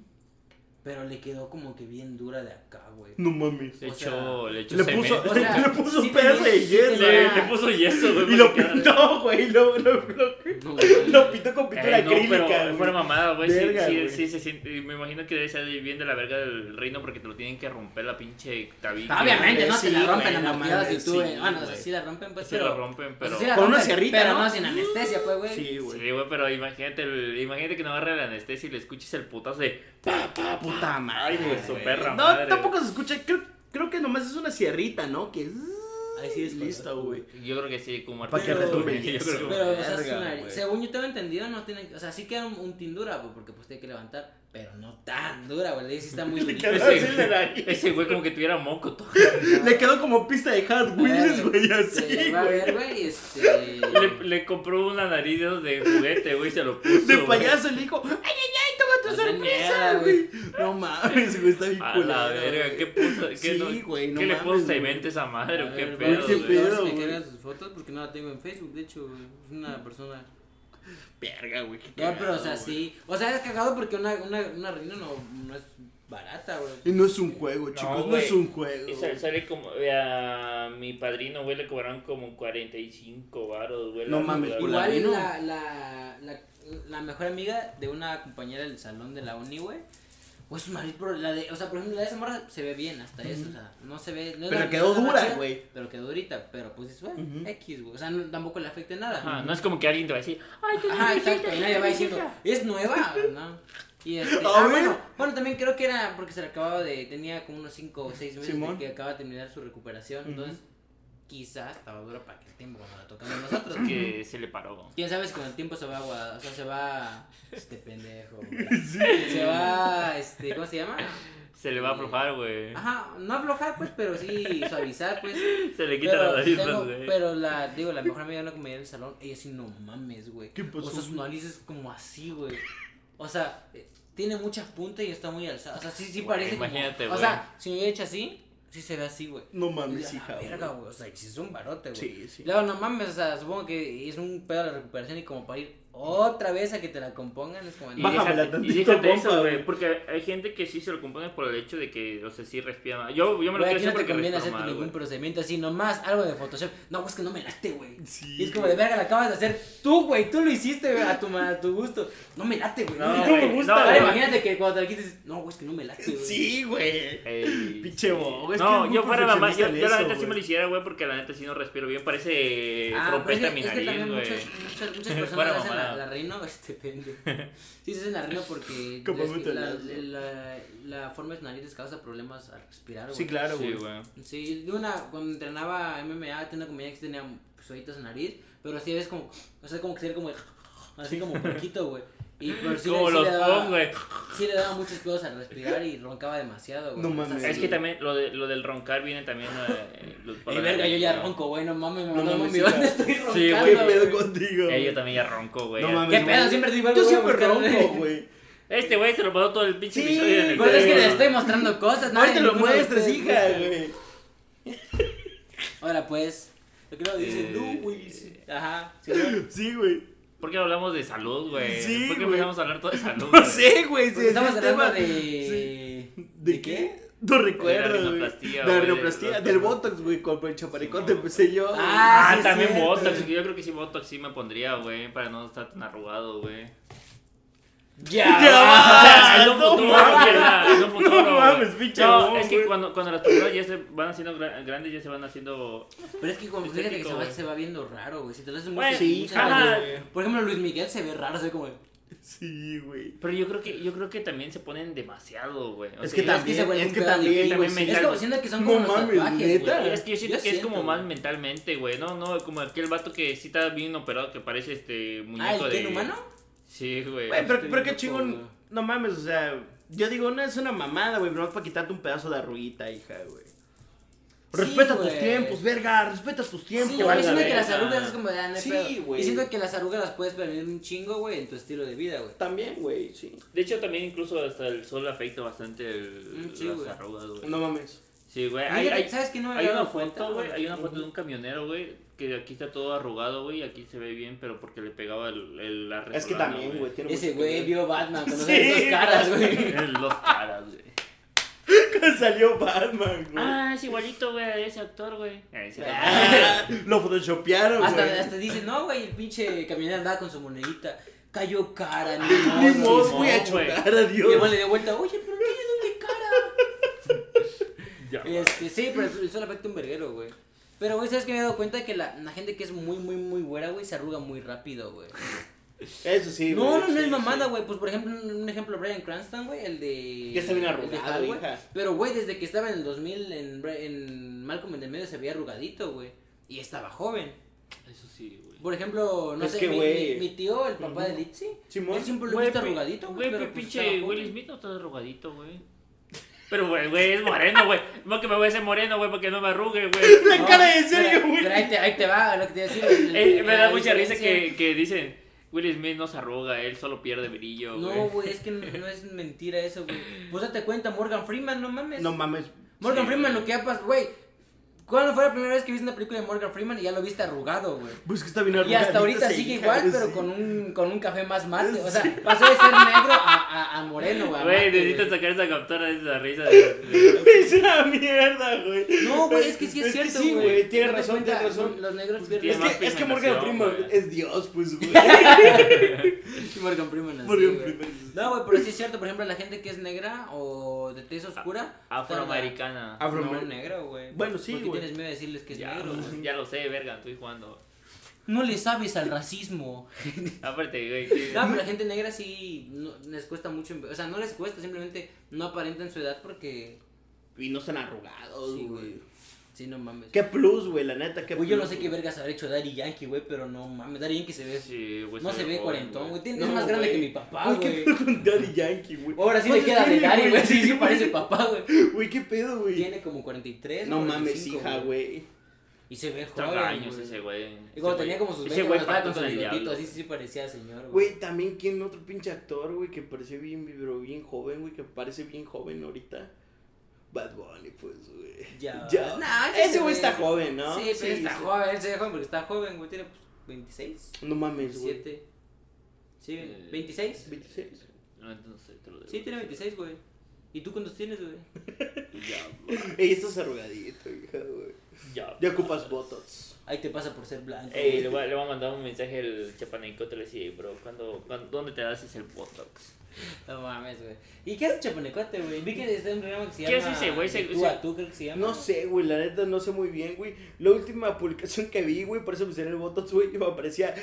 pero le quedó como que bien dura de acá, güey.
No mames.
Le
O sea,
echó, le echó
Le
cemento.
puso,
O sea,
le puso
sí
pedazo de
tenía- sí
yeso.
Sí,
tenía-
le puso yeso, güey.
Y lo
porque-
pintó, güey. Lo, lo, lo,
No, güey.
lo pintó con pintura
Ey, no, pero
acrílica. güey.
fuera mamada, güey. Sí,
Verga,
sí,
güey.
sí, se siente- y Me imagino que debe ser bien de la verga del reino porque te lo tienen que romper la pinche tabique.
Ah,
Obviamente, no
Sí,
te la rompen
güey,
a
no
martilladas
mames,
y tú,
sí,
güey. Bueno, o sea,
güey.
sí la rompen, pues,
Se
pero...
lo rompen,
o sea,
pero.
sí la
Con una
rompen,
sierrita,
Pero
¿no?
no sin anestesia, pues, güey.
Sí, güey.
Sí, güey, pero imagínate, el- imagínate que no agarre la anestesia y le escuches el putazo de.
Pa, pa, Ah, puta madre.
Ay, güey, su
güey.
perra
No,
madre,
tampoco se escucha. Creo, creo que nomás es una sierrita, ¿no? Que.
Ahí sí es
Listo,
cuando-
güey.
Yo creo que sí, como
Pa' que
Arturo,
retumbe
güey,
el
yo creo
yeso.
que-
Pero, o sea,
Verga,
es una-
güey.
según yo tengo entendido, no tienen... que- O sea, sí queda un, un tindura, güey, porque pues tiene que levantar, pero no tan dura, güey. Sí está muy... durita.
quedó
Ese-
así de la-
Ese güey como que tuviera moco todo.
Le quedó como pista de Hard Wheels,
Verga,
güey.
Se
Así,
va a
güey.
ver, güey, este...
Le, le compró una nariz de esos de juguete, güey, y se lo puso.
De
güey.
payaso le dijo, ay, ay, ay, toma tu
No sé
sorpresa,
nada,
güey. No mames, güey, está bien
A
culero.
la verga,
güey.
¿qué puso? ¿Qué,
Sí,
no-
güey, no
¿qué le
mames,
puso
güey.
cemento a esa madre? o ¿Qué
A ver,
pedo?
güey,
qué
güey? Mm.
pedo,
no, es que
güey.
cargan sus fotos porque no la tengo en Facebook, de hecho, güey, es una persona...
Verga, güey. qué
Ya, pero o
cagado,
sea,
güey.
sí. O sea, es cagado porque una, una, una reina no, no es barata, güey.
Y no es un juego, chicos, no,
güey.
es un juego.
Y sale, sale como eh, a mi padrino, güey, le cobraron como 45 varos, güey. la
No mames,
verdad,
por
güey.
la
Igual
vino.
la, la, la, la mejor amiga de una compañera del salón de la uni, güey. Pues su marido, pero la de, o sea, por ejemplo, la de esa morra se ve bien hasta eso, o sea, no se ve. No es
Pero
la-
quedó
no es la
dura,
chida,
güey.
Pero quedó durita, pero pues es, güey,
Ujú.
X, güey. O sea, no- tampoco le afecta en nada.
Ajá, no es como que alguien te va a decir, ay, qué
Ajá,
bonita,
exacto. Y nadie va diciendo, ¿es nueva? ¿No? Y este,
A
ah,
ver.
bueno, bueno, también creo que era porque se le acababa de. Tenía como unos 5 o 6 meses
Simón.
de que acaba de terminar su recuperación.
Ujú.
Entonces, quizás estaba dura para aquel tiempo cuando la tocamos nosotros.
Que se le paró.
Quién sabe si con el tiempo se va a. O sea, se va. Este pendejo. güey. Se va. Este, ¿Cómo se llama?
Se le va a aflojar, güey.
Ajá, no aflojar, pues, pero sí suavizar, pues.
Se le quita
Pero,
la nariz,
tengo-
güey.
pero la, digo, la mejor amiga de una compañera del salón, ella sí, no mames, güey.
¿Qué pasó,
O sea, su
güey?
nariz es como así, güey. O sea, eh, tiene muchas puntas y está muy alzada. O sea, sí, sí parece como-
imagínate,
O
güey.
sea, si me hubiera hecho así, sí se ve así, güey.
No
Y
mames,
a la
hija.
verga,
güey.
güey. O sea, sí es un barote, güey.
Sí, sí.
Luego, no mames, o sea, supongo que es un pedo la recuperación y como para ir otra vez a que te la compongan, es como...
Y
no.
Baja- Bájamela
déjate-
tantito,
y déjate
compa,
eso, güey.
güey.
Porque hay gente que sí se lo compone por el hecho de que, o sea, sí respira mal. Yo, yo me lo quiero
Güey, aquí
hacer
no te
porque
conviene
respiro
hacerte
mal,
ningún
güey.
procedimiento así, nomás algo de Photoshop. No, es que no me late, güey.
Sí,
Y es como de verga, la acabas de hacer tú, güey. Tú lo hiciste güey, a tu, ma- a tu gusto. No me late, güey.
No,
me
güey,
late.
no,
Ahora
güey.
imagínate que cuando te la quites dices, no, güey, es que no me late, güey.
Sí, güey.
Ey,
Pinche
sí.
bobo, es que es
No,
muy
yo fuera mamá, yo,
profesionista en
yo la
eso,
neta sí
güey.
me lo hiciera, güey, porque la neta sí no respiro bien. Parece
Ah, pero
trompeta en mi
es, que, es que
nariz,
también
güey.
muchas, muchas, muchas
Fuera
personas hacen la,
mamada.
la reino, este pendejo. Sí, se hacen la reino porque
Como
es que
puto
la,
loco.
la, la forma de nariz les causa problemas al respirar, güey.
Sí, claro,
Sí,
güey.
güey.
Sí, de una, cuando entrenaba MMA, tenía una compañera que sí tenía pues, hoyitos en nariz, pero sí ves como, o sea, como que ser como, de- así como poquito, güey. Y pero sí, le-
Como
sí
los
le daba,
pop, güey.
sí le daba muchos pedos al respirar y roncaba demasiado, güey.
No
O sea,
mames.
sí,
Es que
güey.
también lo, de, lo del roncar viene también. eh, los-
Ey, verga, yo ya ronco, güey, no mames, no,
No
mames,
mames,
mi
sí,
banda
güey.
estoy roncando,
Sí,
¿Qué
güey.
pedo contigo?
Eh, yo
güey?
también ya ronco, güey.
No
Ya.
mames.
¿Qué
güey.
pedo? Siempre digo,
Yo
güey,
siempre
buscarle.
ronco, güey.
Este güey se lo pasó todo el pinche
Sí,
episodio en el
Pues es que
dedo,
les
güey.
estoy mostrando cosas,
No te lo
Ninguno de
muestres,
ustedes
hija,
busca.
güey.
Ahora pues, lo que no dicen,
Eh,
no, güey. sí. Ajá, sí, güey.
Sí, güey.
¿Por qué hablamos de salud, güey?
Sí,
¿Por qué
güey.
empezamos a hablar todo de salud?
No
güey?
sé, güey.
Porque
sí,
Estamos
sí,
hablando
tema- sí.
de...
¿De, qué? No recuerdo, güey.
rinoplastia,
De la
güey, de-
rinoplastia,
de-
del Botox, güey, con el chaparicón te empecé yo.
Ah,
Ah, sí es
también
cierto.
Botox. Yo creo que sí Botox sí me pondría, güey, para no estar tan arrugado, güey.
Ya.
O sea, en un
Ah, no
futuro,
mames.
mierda, en un futuro,
No
güey.
mames, pinche
No,
bobo,
es que
güey.
cuando, cuando las personas ya se van haciendo gra- grandes, ya se van haciendo...
Pero es que como fíjate que
Estético,
se va,
güey.
se va viendo raro, güey. Si te lo haces
Güey,
mucho,
sí,
muchas
ajá.
veces. Por ejemplo, Luis Miguel se ve raro, se ve como.
Sí, güey.
Pero yo creo que, yo creo que también se ponen demasiado, güey. O
Es
sea,
que
es
también,
se vuelve
es
un
que
pedo
también,
adictivo,
güey,
sí.
mental,
Es como
güey.
siento que son
No
como los
mames,
tatuajes,
¿neta?
güey.
Es que yo siento
Yo
que es como
siento,
más
güey.
mentalmente, güey. No, no, como aquel vato que sí está bien operado que parece este muñeco
Ah, ¿el
de.
Ken humano?
Sí, güey.
Güey, pero, pero qué
loco, güey.
chingón. Este, No mames, o sea, yo digo, no es una mamada, güey, pero no es para quitarte un pedazo de arruguita, hija, güey. Respeta tus
güey.
tiempos, verga, respeta tus tiempos.
Sí, güey, yo
valga
siento que
verga.
las arrugas es como de ah, no hay
Sí,
pedo.
güey.
Y siento que las arrugas las puedes prevenir un chingo, güey, en tu estilo de vida, güey.
También, güey, sí.
De hecho, también incluso hasta el sol afecta bastante el,
Mm, sí,
las
güey.
arrugas, güey.
No mames.
Sí, güey. Hay,
Fíjate,
hay-
¿Sabes qué no me
hay
había
una
dado cuenta?
foto, güey. Hay una foto de
Ujú.
un camionero, güey. Que aquí está todo arrugado, güey. Y aquí se ve bien, pero porque le pegaba el, el- la
Es que
resolana,
también, güey, tiene
Ese
mucho
güey
que
vio Batman con
Sí.
esas dos caras, güey.
Los caras, güey.
ver. Salió Batman, güey.
Ah, es igualito, güey, a ese actor, güey. Ah, ese-
Ah, Lo photoshopearon, güey.
Hasta, hasta dice, no, güey, el pinche camionero andaba con su monedita. Cayó cara, ni
Ni
modo.
modo,
sí,
voy a
no,
chocar,
Y el güey
adiós.
le dio vuelta, oye, pero ¿qué le doble cara?
Ya, güey.
Este, sí, pero el sol afecta un verguero, güey. Pero, güey, ¿sabes qué me he dado cuenta? Que la, la gente que es muy, muy, muy güera, güey, se arruga muy rápido, güey.
Eso sí,
no,
güey,
no, no
sí,
es mamada,
sí.
güey. Pues, por ejemplo, un un ejemplo, Brian Cranston, güey, el de...
Ya está bien
el de
arrugado,
Halloween.
hija.
Pero, güey, desde que estaba en el 2000 en, Bra- en Malcolm en el medio se veía arrugadito, güey. Y estaba joven.
Eso sí, güey.
Por ejemplo, no
Es
sé,
que,
mi,
güey.
mi- mi tío, el papá de Litzy,
Simón.
él siempre lo
Güey,
viste
pe-
arrugadito, güey.
Güey,
pero
pe-
pues
pinche
estaba
Will
joven.
Smith no está arrugadito, güey. Pero, güey, güey, es moreno, güey. No que me voy a hacer moreno, güey, porque no me arrugue, güey.
La
No,
cara de
pero-
serio, güey.
Pero ahí te, ahí te va, lo que te decía.
Eh, me da mucha risa que, que dicen, Will Smith no se arruga, él solo pierde brillo, güey.
No, güey, es que no, no es mentira eso, güey. Pues date cuenta, Morgan Freeman, no mames.
No mames.
Morgan
Sí,
Freeman,
güey.
lo que ha pasado, güey. ¿Cuándo fue la primera vez que viste una película de Morgan Freeman y ya lo viste arrugado, güey?
Pues que está bien
Y hasta
arrugadito
ahorita
ese
sigue
hija,
igual,
güey,
pero
sí.
con un, con un café más mate. O sea, pasó de ser negro a, a, a moreno, güey. a mate,
Güey,
güey.
necesito sacar esa captura de esa risa. de- de-
Es una mierda, güey.
No, güey, es que sí es,
que
cierto,
Sí, güey, tienes
¿No te
razón, tienes
cuenta?
razón. Pues
Los negros
tiene
Es
pierden.
más
que, es que Morgan
pigmentación,
Freeman
güey.
es Dios, pues, güey.
Sí, Morgan Freeman así,
Morgan
güey.
Freeman es-
No, güey, pero sí es cierto. Por ejemplo, la gente que es negra o de tez oscura.
Afroamericana.
Ah,
Afroamericana.
Afroamer-
No, negro, güey.
Bueno, sí,
¿Por qué
güey.
tienes miedo de decirles que es
Ya,
negro, güey?
ya lo sé, verga, estoy jugando.
No le sabes al racismo.
Aparte, güey. que-
No, pero la gente negra sí no- les cuesta mucho. empe- O sea, no les cuesta, simplemente no aparentan su edad porque.
Y no están arrugados,
Sí,
güey.
güey. Sí, no mames.
Qué plus, güey, la neta, qué
Güey, yo no
plus,
sé qué
güey.
vergas habrá hecho Daddy Yankee, güey, pero no mames. Daddy Yankee se ve.
Sí, güey,
no se ve
joven,
cuarentón, güey. Tiene-
No,
Es más grande
güey.
que mi papá,
Ay,
güey.
qué pedo con Daddy Yankee, güey.
Ahora sí le queda de
¿Cuántos
Daddy,
tiene,
güey. Sí, sí, parece papá, güey.
Güey, qué pedo, güey.
Tiene como 43.
No mames,
45,
hija, güey.
Y se ve
Está
joven.
años
güey.
ese güey.
Y cuando
Ese
tenía como sus 20,
Ese güey
cuando estaba
pacto
con su
con el
bigotito,
diablo.
así sí parecía señor, güey.
Güey, también, ¿quién otro pinche actor, güey, que pareció bien, pero bien joven, güey, que parece bien joven ahorita? Bad Bunny, pues, güey.
Ya.
Ya.
Nah,
Ese
se
güey
ve-
está joven, ¿no?
Sí, pero está joven, él se ve joven porque está joven, güey. Tiene pues 26,
No mames, güey.
27. Sí,
Eh,
¿26?
26.
No, entonces te lo debo.
Sí, tiene 26, güey. ¿Y tú cuántos tienes, güey?
Ya, güey.
Ey, estás arrugadito, hija, güey.
Ya.
Ya ocupas botox.
Ahí te pasa por ser blanco.
Ey,
güey.
le voy, a- le voy a mandar un mensaje al chapaneco, te le decía, bro, ¿cuándo, cuándo- dónde te das el botox?
No mames, güey. ¿Y qué hace Chapanecote, güey? Vi que está en un programa que se llama.
¿Qué hace ese güey? Se-
Tú
se-
a tú, creo que se llama.
No sé, güey, la neta no sé muy bien, güey. La última publicación que vi, güey, por eso me salió el Botox, güey, y me aparecía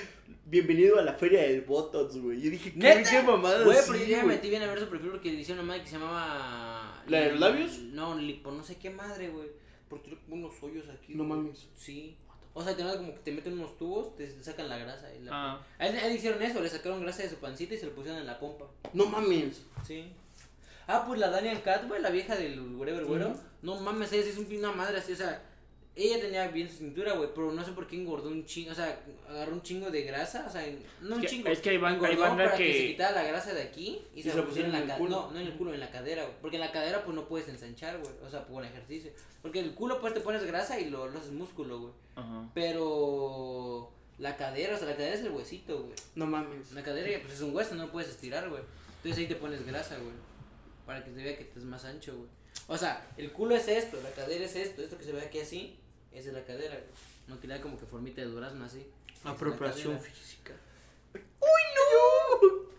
Bienvenido a la feria del Botox, güey. Yo dije, ¿qué,
¿Neta?
qué mamada
Güey,
sí,
pero yo ya me
güey.
metí bien a ver su perfil porque hicieron una madre que se llamaba.
¿La de los labios?
No, lipo, no sé qué madre, güey. Porque tiene como unos hoyos aquí.
No
güey.
mames.
Sí. O sea, te meten como que te meten unos tubos, te sacan la grasa. Y la...
Ah,
A, él, a él hicieron eso, le sacaron grasa de su pancita y se lo pusieron en la pompa.
No mames.
Sí. Ah, pues la Daniel Cat, güey, la vieja del whatever, güero. No mames, ella sí es un- una madre así, o sea, ella tenía bien su cintura, güey, pero no sé por qué engordó un chingo, o sea, agarró un chingo de grasa, o sea, en- no un
que-
chingo.
es que hay ban- hay
engordó
banda
para
que-
se quitara la grasa de aquí y, se, la pusieron en la
el
cadera.
culo.
No, no en el culo, en la cadera, güey. Porque en la cadera, pues no puedes ensanchar, güey, o sea, con ejercicio. Porque el culo, pues te pones grasa y lo, lo haces músculo, güey.
ajá.
Pero la cadera, o sea, la cadera es el huesito, güey.
No mames.
La cadera, pues es un hueso, no lo puedes estirar, güey. Entonces ahí te pones grasa, güey. Para que se vea que estás más ancho, güey. O sea, el culo es esto, la cadera es esto, esto que se ve aquí así, esa es la cadera, güey. No queda como que formita de durazno así. Esa es la cadera.
física.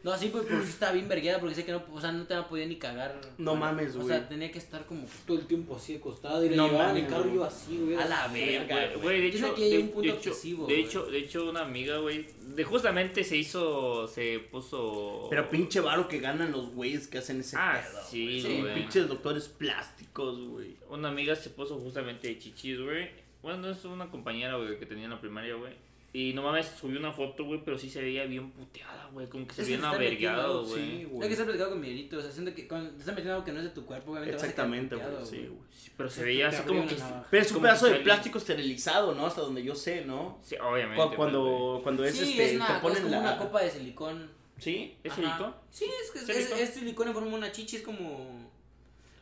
No, sí, güey, pero sí estaba bien vergueada porque sé que no, o sea, no te la podía ni cagar.
No
Bueno,
mames,
O
güey.
sea, tenía que estar como que todo el tiempo así acostado y la
No
llevaban
mames,
en carro
güey.
yo así, güey.
A la
vez,
verga, güey. De
Yo sé
hecho,
que hay
de,
un punto
de hecho,
obsesivo,
de
güey.
hecho, de hecho, una amiga, güey, de justamente se hizo, se puso.
Oh.
Pero pinche varo que ganan los güeyes que hacen ese
Ah,
pedo.
sí,
güey.
güey.
Pinches doctores plásticos, güey.
Una amiga se puso justamente de chichis, güey. Bueno, es una compañera, güey, que tenía en la primaria, güey. Y no mames, subió una foto, güey, pero sí se veía bien puteada, güey. Como que se
Es que
veía
se está metiendo
avergado,
algo,
güey.
sí,
Hay que estar platicado con Miguelito, o sea, siento que cuando te estás metiendo algo que no es de tu cuerpo, obviamente vas a quedar
Exactamente, güey.
puteado,
Sí, güey.
Sí, pero se
Se
veía
te
así
abrió
como
la
que.
navaja.
Pero es un
como
pedazo
que
de
sale-
plástico esterilizado, ¿no? Hasta donde yo sé, ¿no?
Sí,
Cu-
obviamente.
Cuando,
pues, güey.
cuando, es
Sí,
este,
es, una,
te ponen
es como
la.
una copa de silicón.
Sí.
¿Es
Ajá.
rico?
Sí, es que es, es,
¿Silicón?
es silicón en forma de una chichi, es como...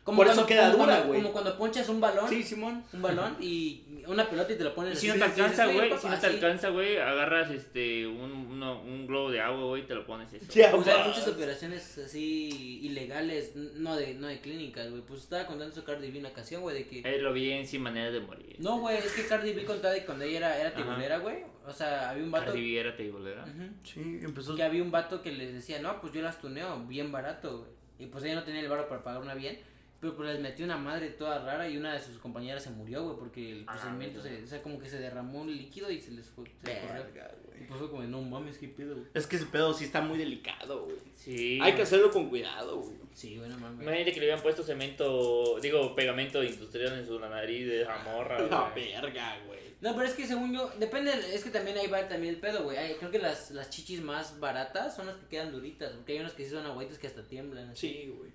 como
Por eso
cuando-
queda
como
dura,
cuando-
güey.
Como cuando ponchas un balón,
Sí, Simón.
un balón y una pelota y te la
Y
pones
Si no
así,
te
dices,
alcanza,
"Oye,
güey,
papá,
si no te
así".
alcanza, güey, agarras este, un, uno- un globo de agua, güey, y te lo pones eso.
Ya, pues,
O sea, hay
vas.
muchas operaciones así ilegales, n- no de, no de clínicas, güey. Pues estaba contando su Cardi B una canción, güey, de que...
Eh, lo vi en Sin Manera de Morir.
No, güey, es que Cardi B contaba de cuando ella era, era
Ajá.
tiburera, güey. O sea, había un vato...
Cardi B era tebolera.
Ujú.
Sí, empezó.
que había un vato que les decía, no, pues yo las tuneo bien barato, güey. Y pues ella no tenía el barro para pagar una bien. Pero pues les metió una madre toda rara y una de sus compañeras se murió, güey, porque el
Ah,
procedimiento
mira.
se, o sea, como que se derramó un líquido y se les fue, se les corrió.
Verga, güey.
Y pues fue como, no mames, qué pedo, güey.
Es que ese pedo sí está muy delicado, güey.
Sí.
Hay que hacerlo con cuidado, güey.
Sí, güey, no mames.
Imagínate que le habían puesto cemento, digo, pegamento industrial en su nariz de
Ah,
amorra,
La
güey.
verga, güey.
No, pero es que según yo, depende, es que también ahí va también el pedo, güey. Ay, Creo que las, las chichis más baratas son las que quedan duritas, porque hay unas que sí son agüitas que hasta tiemblan. así. Ah,
Sí, güey.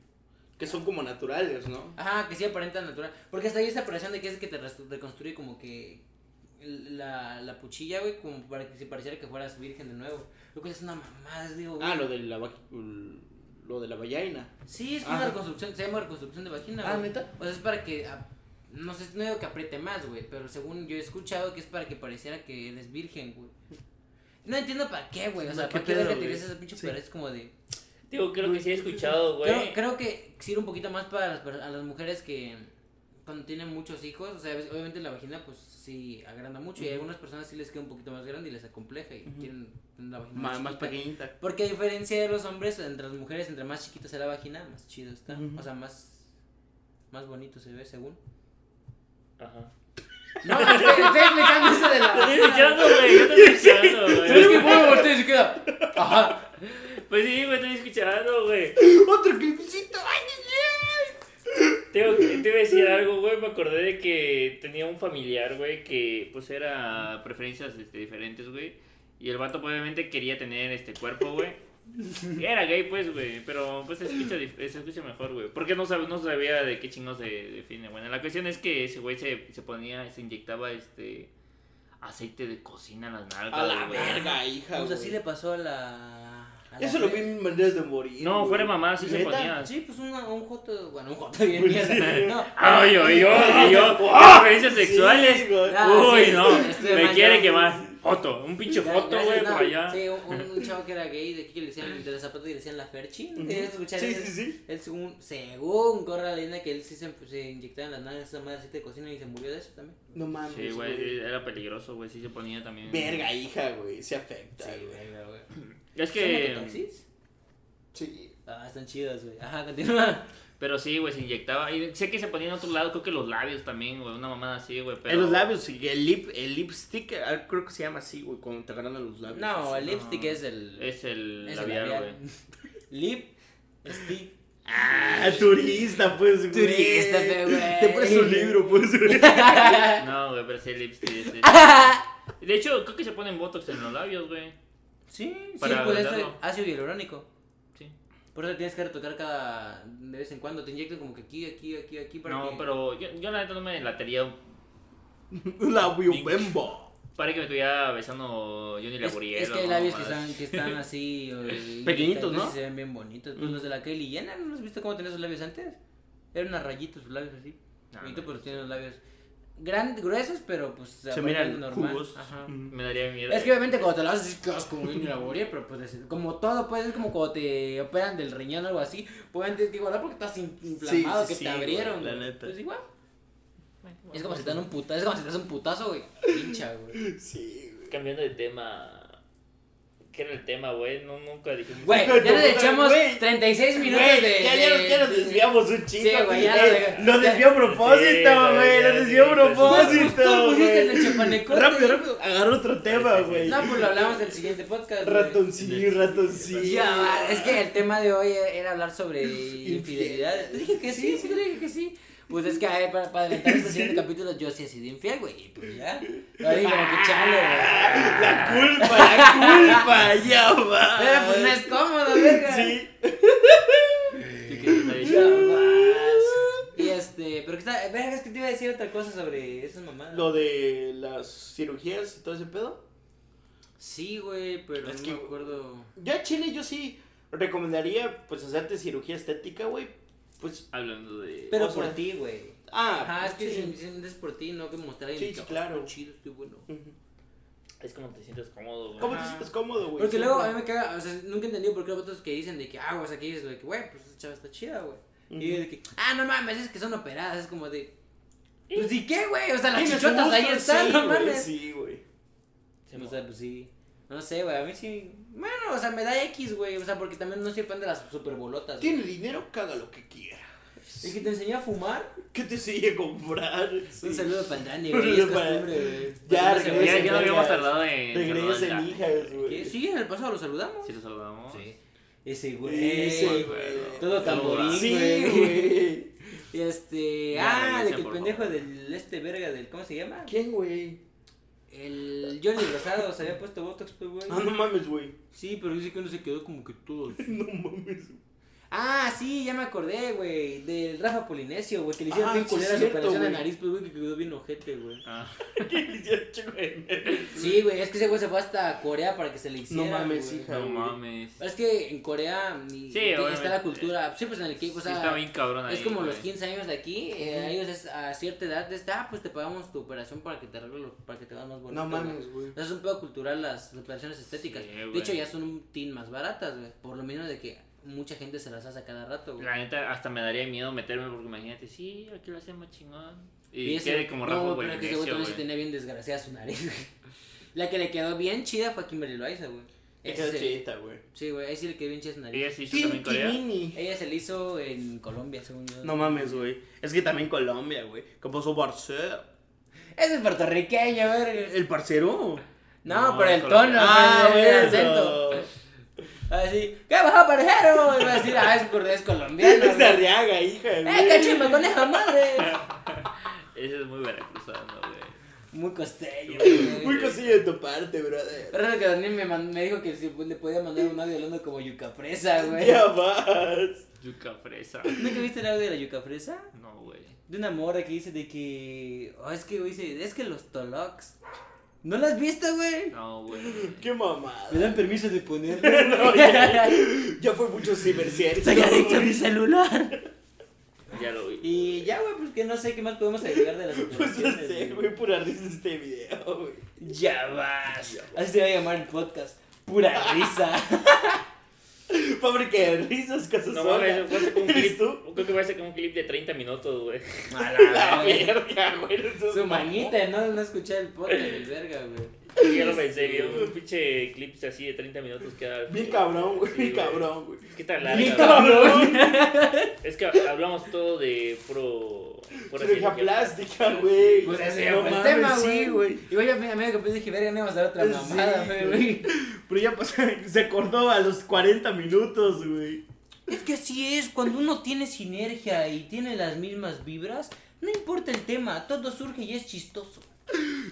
Que son como naturales, ¿no?
Ajá, que sí aparenta natural. Porque hasta ahí esa operación de que es que te res- reconstruye como que la, la puchilla, güey, como para que si pareciera que fueras virgen de nuevo. Lo que es una mamada, digo, güey.
Ah, lo de la vagi- lo de la vagina.
Sí, es que
Ajá.
una reconstrucción, se llama reconstrucción de vagina,
Ah,
güey.
¿neta?
O sea, es para que, ah, no sé, no digo que apriete más, güey, pero según yo he escuchado que es para que pareciera que eres virgen, güey. No entiendo para qué, güey, o
No,
sea,
qué
para qué verga
pedo,
te
güey.
haces esa pinche
Sí.
operación, es como de...
Digo, creo que sí he escuchado, güey.
Creo, creo que sirve un poquito más para las, per- a las mujeres que cuando tienen muchos hijos, o sea, ves- obviamente la vagina pues sí agranda mucho y a algunas personas sí les queda un poquito más grande y les acompleja y quieren tener la vagina
Más,
chiquita.
más pequeñita.
Porque a diferencia de los hombres, entre las mujeres, entre más chiquita sea la vagina, más chido está.
Ujú.
O sea, más, más bonito se ve según.
Ajá.
No, estoy, estoy explicando eso de la
Te estoy escuchando, güey. Yo te estoy escuchando,
Pero es que
güey.
bueno, voltea y se queda. Ajá.
Pues sí, güey, te estoy escuchando, güey.
¡Otro clipcito! ¡Ay,
Tengo que- Te iba a decir algo, güey. Me acordé de que tenía un familiar, güey, que pues era preferencias este, diferentes, güey. Y el vato pues, obviamente quería tener este cuerpo, güey. Era gay, pues, güey. Pero pues se escucha, dif- se escucha mejor, güey. Porque no, sab- no sabía de qué chingo se define. Bueno, la cuestión es que ese güey se, se ponía, se inyectaba este aceite de cocina en las nalgas.
A la
Ah,
güey.
verga, hija.
Pues así
güey.
le pasó a la... a la
Eso lo
Fer.
vi en maneras de morir.
No,
güey.
fuera mamá, sí se
¿Neta?
ponía.
Sí, pues una- un joto, bueno, un joto bien mierda. No.
Ay, ay, ay, ay, ay,
¡Ah!
preferencias sexuales.
Sí, güey.
Ah,
Uy,
sí,
no,
estoy
me
mal,
quiere
ya.
quemar. Joto, un pinche
Ya-
joto,
ya-
güey,
no,
por allá.
Sí, un, un- un chavo que era gay de aquí que le decían, de la zapata que le decían la Ferchi. ¿no? ¿Querías escuchar
Sí,
eso?
sí, sí.
Él según, según corre la leyenda que él sí se, pues, se inyectaba en las nalgas esa madre así de cocina y se murió de eso también.
No mames.
Sí, güey, era peligroso, güey, sí se ponía también.
Verga, hija, güey. Se afecta,
Sí,
güey.
verga, güey.
Es
¿Son
que.
mototaxis?
Sí.
Ah, están chidas, güey. Ajá, continúa.
Pero sí, güey, se inyectaba. Y sé que se ponía en otro lado, creo que los labios también, güey, una mamada así, güey. Pero...
En los labios, sí, el, lip, el lipstick, ah, creo que se llama así, güey, cuando te agarran a los labios.
No,
pues,
el
no.
lipstick es el.
Es el
es el
labial,
labial.
güey.
Lip, stick.
Ah, turista, pues, güey.
Turista, pe, güey.
Te presto un libro, pues, güey.
No, güey, pero sí, el lipstick. ese. De hecho, creo que se ponen botox en los labios, güey.
Sí, sí,
Para
pues es
agrandarlo.
ácido hialurónico.
Sí.
Por eso tienes que retocar cada. de vez en cuando. Te inyectan como que aquí, aquí, aquí, aquí. Para
No,
que...
pero yo, yo la neta no me latería
Labio bembo.
Para que me estuviera besando Johnny
Es,
Laboriel.
es que hay labios que están, que están así. o- y-
Pequeñitos,
y
¿no?
Se ven bien bonitos. Pues los de la Kelly Jenner, ¿no has visto cómo tenía sus labios antes? Eran unas rayitas sus labios así.
No,
y
no,
tú, pues tienes los labios gran, gruesos, pero pues
Se
aparentemente
miran jugos. Mm.
Ajá.
Me daría miedo.
Es que obviamente cuando te lo haces, que vas como bien laboral, pero pues es- como todo, pues es como cuando te operan del riñón o algo así. Pues antes que igualar porque estás in- inflamado,
Sí, sí,
que
sí,
te
güey,
abrieron.
la
güey.
neta.
Pues igual. Es como si te dan un putazo, es como si te das un putazo, güey. Pincha, güey.
Sí, güey.
Cambiando de tema. ¿Qué era el tema, güey? No, nunca dijimos.
Güey,
Hijo de
ya
tu
nos
puta,
echamos
güey.
36 minutos
Güey,
de.
ya, ya,
de-
nos- ya nos desviamos un chingo.
Sí, güey, ya
Eh,
lo-
lo
ya-
desvió a propósito,
Sí, güey,
güey. Lo
ya,
desvió a
sí, pues,
pues, tú
propósito.
pusiste
güey.
el de Chapanecote.
Rápido, rápido. Agarra otro tema, güey.
No, pues lo hablamos del siguiente podcast. güey.
Ratoncillo, ratoncillo.
Ya, va, es que el tema de hoy era hablar sobre infidelidades. Te dije que sí,
Sí,
sí, te dije que sí. Pues es que a ver, para, para adelantar este siguiente capítulo, yo sí he sido infiel, güey. Y pues ya. Ahí como que chale, güey.
La culpa, la culpa, ya va.
Pero pues no es cómodo, verga. Pues
Sí.
¿Qué quieres
Ya
decir?
vas. Y este, pero que está, verga, es que te iba a decir otra cosa sobre esas mamadas.
Lo de las cirugías y todo ese pedo.
Sí, güey, pero
Es
no
que-
me acuerdo.
Yo a Chile, yo sí recomendaría, pues, hacerte cirugía estética, güey. Pues,
Hablando de.
Pero
o sea,
por ti, güey.
ah.
Ajá, es que
sí.
si si es por ti, no que mostrar
Sí, sí, claro.
chido, estoy bueno.
Ujú.
Es como te sientes cómodo, güey.
¿Cómo te
Ajá.
sientes cómodo, güey?
Porque
Sí,
luego a
güey.
mí me caga, o sea, nunca he entendido por qué los vatos que dicen de que, ah, o sea, que dices, de que, güey, pues esa chava está chida, güey. Y
Ujú.
de que, ah, no mames, es que son operadas, es como de, pues ¿y qué, güey? O sea, las
Tienes
chichotas ahí
gusto,
están,
sí,
no
güey,
mames.
Sí, güey.
Se
O
mo-
sea, pues sí. No sé, güey, a mí sí. Bueno, o sea, me da X, güey. O sea, porque también no soy fan de las superbolotas. güey.
Tiene dinero, caga lo que quiera.
El que te enseñó a fumar.
¿Qué te sigue a comprar? Sí.
Un saludo para el Dani,
Un
güey. Es
saludo para-
costumbre, güey.
Ya,
Pues, no sé,
Ya,
güey.
ya
regresen,
lo habíamos
vergas.
tardado en.
Regresen,
saludar.
hijas,
¿Qué?
güey.
Sí, en el pasado lo saludamos.
Sí, lo saludamos.
Ese güey.
Ese,
güey.
güey.
Todo tamborín,
Sí,
güey.
güey.
Este.
Ya,
ah, de
regresen,
que el
por
pendejo
favor.
del este verga del. ¿Cómo se llama?
¿Quién, güey?
El Johnny Rosado se había puesto Botox, pues, güey.
Ah, no mames, güey.
Sí, pero dice que uno se quedó como que todo.
No mames. güey.
Ah, sí, ya me acordé, güey. Del Rafa Polinesio, güey. Que le hicieron
Ah,
bien
sí,
culera su
cierto,
operación de
güey.
nariz, pues, güey, que quedó bien ojete, güey.
Ah,
¿Qué le hicieron, chico de memes?
Sí, güey, es que ese güey se fue hasta Corea para que se le hiciera.
No mames,
güey.
hija.
no
güey.
mames.
Es que en Corea ni-
Sí, obviamente.
está la cultura. Sí, pues en el equipo, o
Sí,
sea.
está bien cabrón ahí.
Es como
güey.
los 15 años de aquí, eh, a ellos es a cierta edad de esta, ah, pues te pagamos tu operación para que te arregle lo- para que te veas más bonito.
No mames, güey.
O sea, Es un pedo cultural las operaciones estéticas.
Sí,
de
güey.
hecho, ya son un tin más baratas, güey. Por lo menos de que mucha gente se las hace a cada rato, güey.
La neta, hasta me daría miedo meterme porque imagínate, sí, aquí lo hacemos chingón. Y,
ese-
quede como Rafa
no,
güey.
pero es que ese güey también se
güey.
tenía bien desgraciada su nariz, güey. La que le quedó bien chida fue a Kimberly Loaiza, güey.
Te
Ese-
quedas chidita, güey.
Sí, güey, ahí sí le quedó bien chida su nariz.
Ella se hizo también en Corea.
Tintinini.
Ella se la hizo en Colombia, según yo.
No mames, güey. Es que también Colombia, güey. ¿Qué pasó, parcero?
Ese es puertorriqueño, verga.
¿El parcero?
No,
No,
pero el
Colombia.
tono,
Ah,
güey, el
bueno.
acento. Así, ¿qué bajó, parejero? Y va a decir, ah, es cordés colombiano.
Es de
güey.
Arriaga, hija.
¡Eh,
güey.
cachimba con esa madre!
Ese es muy veracruzano, güey.
Muy costeño, güey.
Muy cosillo de tu parte, brother.
Pero que Daniel me, man- me dijo que si pues, le podía mandar un audio hablando como yuca fresa, güey.
Ya vas.
Yuca fresa.
¿Nunca viste el audio de la yuca fresa?
No, güey.
De una morra que dice de que. Oh, es que, güey, dice, es que los tolox. ¿No las has visto, güey?
No, güey.
Qué
¿Me
mamada.
dan permiso de ponerlo?
No, ya, ya fue mucho cibercierto.
Soy adicto a mi celular.
Ya lo vi.
Y ya, güey, pues que no sé qué más podemos agregar de las
Pues no
operaciones,
sé,
güey.
güey, pura risa este video, güey.
Ya vas. Así se va a llamar el podcast. Pura risa.
Fábrica de risas, casa
No
sola.
mames, va a ser como un
¿Eres
clip.
tú?
Creo que va a ser como un clip de 30 minutos, güey. Ah,
A
La
la verga.
verga, güey. no seas
Ah, Su
mamón.
manita, no, no escuché el podcast, el verga, güey.
Ya lo pensé, vi un pinche clip así de 30 minutos que da-
Bien cabrón, güey,
Sí,
bien cabrón, güey.
Es que está
Bien
larga. güey.
cabrón.
Es que hablamos todo de puro. pura
Cirugía
cirugía
plástica, güey.
Pues ese
No
fue el
mames,
tema,
sí,
güey. Igual yo a medio que pensé, dije, verga, no vamos a dar otra
Sí,
mamada, güey,
güey.
güey.
Pero ya pasó, se acordó a los 40 minutos, güey.
Es que así es, cuando uno tiene sinergia y tiene las mismas vibras, no importa el tema, todo surge y es chistoso.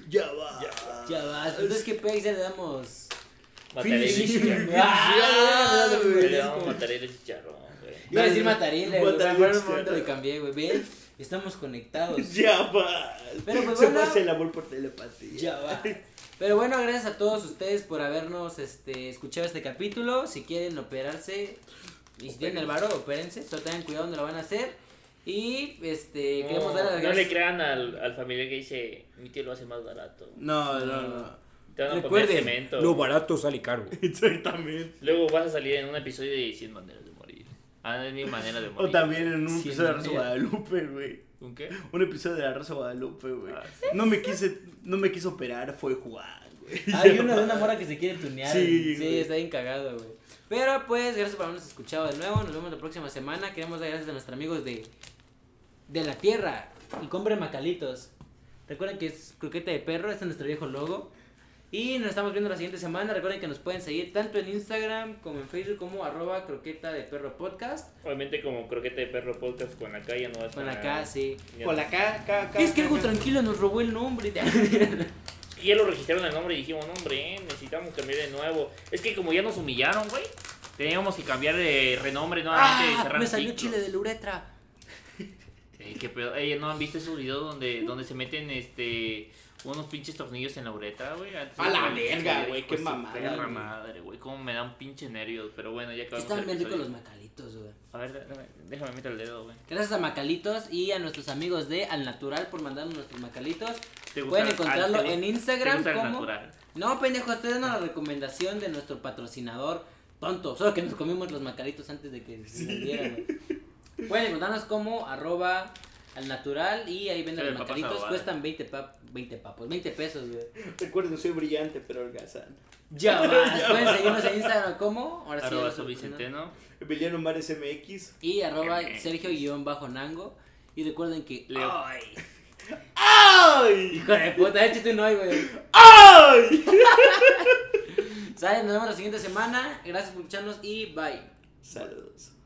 Ya va.
Ya vas, Pues entonces qué pex ya le damos.
Mataré el
Sí,
Finish.
chicharrón.
Ah,
ya,
güey.
Le damos mataré el chicharrón, güey.
Iba a decir matarile, güey.
Matarile,
Por un momento
sí.
le cambié, güey. Ven, estamos conectados.
Ya va.
Pero, pues,
se
bueno.
pasa el amor por telepatía.
Ya va. Pero bueno, gracias a todos ustedes por habernos este, escuchado este capítulo. Si quieren operarse y si tienen el varo, opérense. Solo tengan cuidado donde lo van a hacer. Y este, queremos dar
No,
las
no le
gracias.
crean al, al familiar que dice: Mi tío lo hace más barato.
No, no, no.
Te van a poner
Recuerden,
cemento.
lo barato sale caro.
Exactamente.
Luego vas a salir en un episodio de 100 maneras de morir. Ah, es mi manera de morir.
O también en un
Sí,
episodio de
no,
la Rosa
ya.
Guadalupe, güey.
¿Con qué?
Un episodio de la Rosa Guadalupe, güey.
Ah,
No me quise, no me quiso operar, fue jugar, güey.
Hay uno de una mora que se quiere tunear.
Sí,
Sí,
güey.
está bien cagado, güey. Pero pues, gracias por habernos escuchado de nuevo. Nos vemos la próxima semana. Queremos dar gracias a nuestros amigos de, de la tierra. Y compren macalitos. Recuerden que es croqueta de perro, este es nuestro viejo logo. Y nos estamos viendo la siguiente semana. Recuerden que nos pueden seguir tanto en Instagram como en Facebook como arroba croqueta de perro podcast.
Obviamente, como croqueta de perro podcast con la calle no es
Con la K, sí.
Con la K, K, K.
Es que algo
K.
tranquilo nos robó el nombre. Ah, De...
Y ya lo registraron el nombre y dijimos, no, hombre, eh, necesitamos cambiar de nuevo. Es que como ya nos humillaron, güey, teníamos que cambiar de renombre nuevamente y
ah,
cerrar
me salió
ciclos.
chile de la uretra.
Ey, qué pedo. Ey, ¿no han visto esos videos donde, donde se meten este unos pinches tornillos en la uretra, güey? Antes
A la
de-
verga,
sí,
güey,
pues,
qué
su
mamada,
perra
güey.
madre, güey, cómo me da un pinche nervios, pero bueno, ya acabamos
Están
el
bien ricos los
episodio.
macalitos, güey.
A ver, déjame, déjame meter el dedo, güey.
Gracias a Macalitos y a nuestros amigos de Al Natural por mandarnos nuestros Macalitos.
¿Te gusta
Pueden
el-
encontrarlo
ah, te gusta-
en
te
Instagram
gusta el
como...
natural?
No, pendejo, estoy dando la recomendación de nuestro patrocinador tonto. Solo que nos comimos los Macalitos antes de que se nos dieran, güey. Pueden encontrarnos como arroba al natural y ahí venden
Pero
los
el papá
Macalitos.
sabe.
Cuestan 20, pap- 20 papos, 20 pesos, güey.
Recuerden, soy brillante, pero holgazán.
Ya vas. Pueden seguirnos en Instagram como... Ahora sí, ya
Arroba
lo
su
estoy poniendo.
Vicenteno.
Emiliano Mares MX.
Y arroba Sergio-Nango. Y recuerden que...
Leo.
¡Ay!
¡Ay!
Hijo de puta, échate un hoy, güey.
¡Ay!
Sale, nos vemos la siguiente semana. Gracias por escucharnos y bye.
Saludos.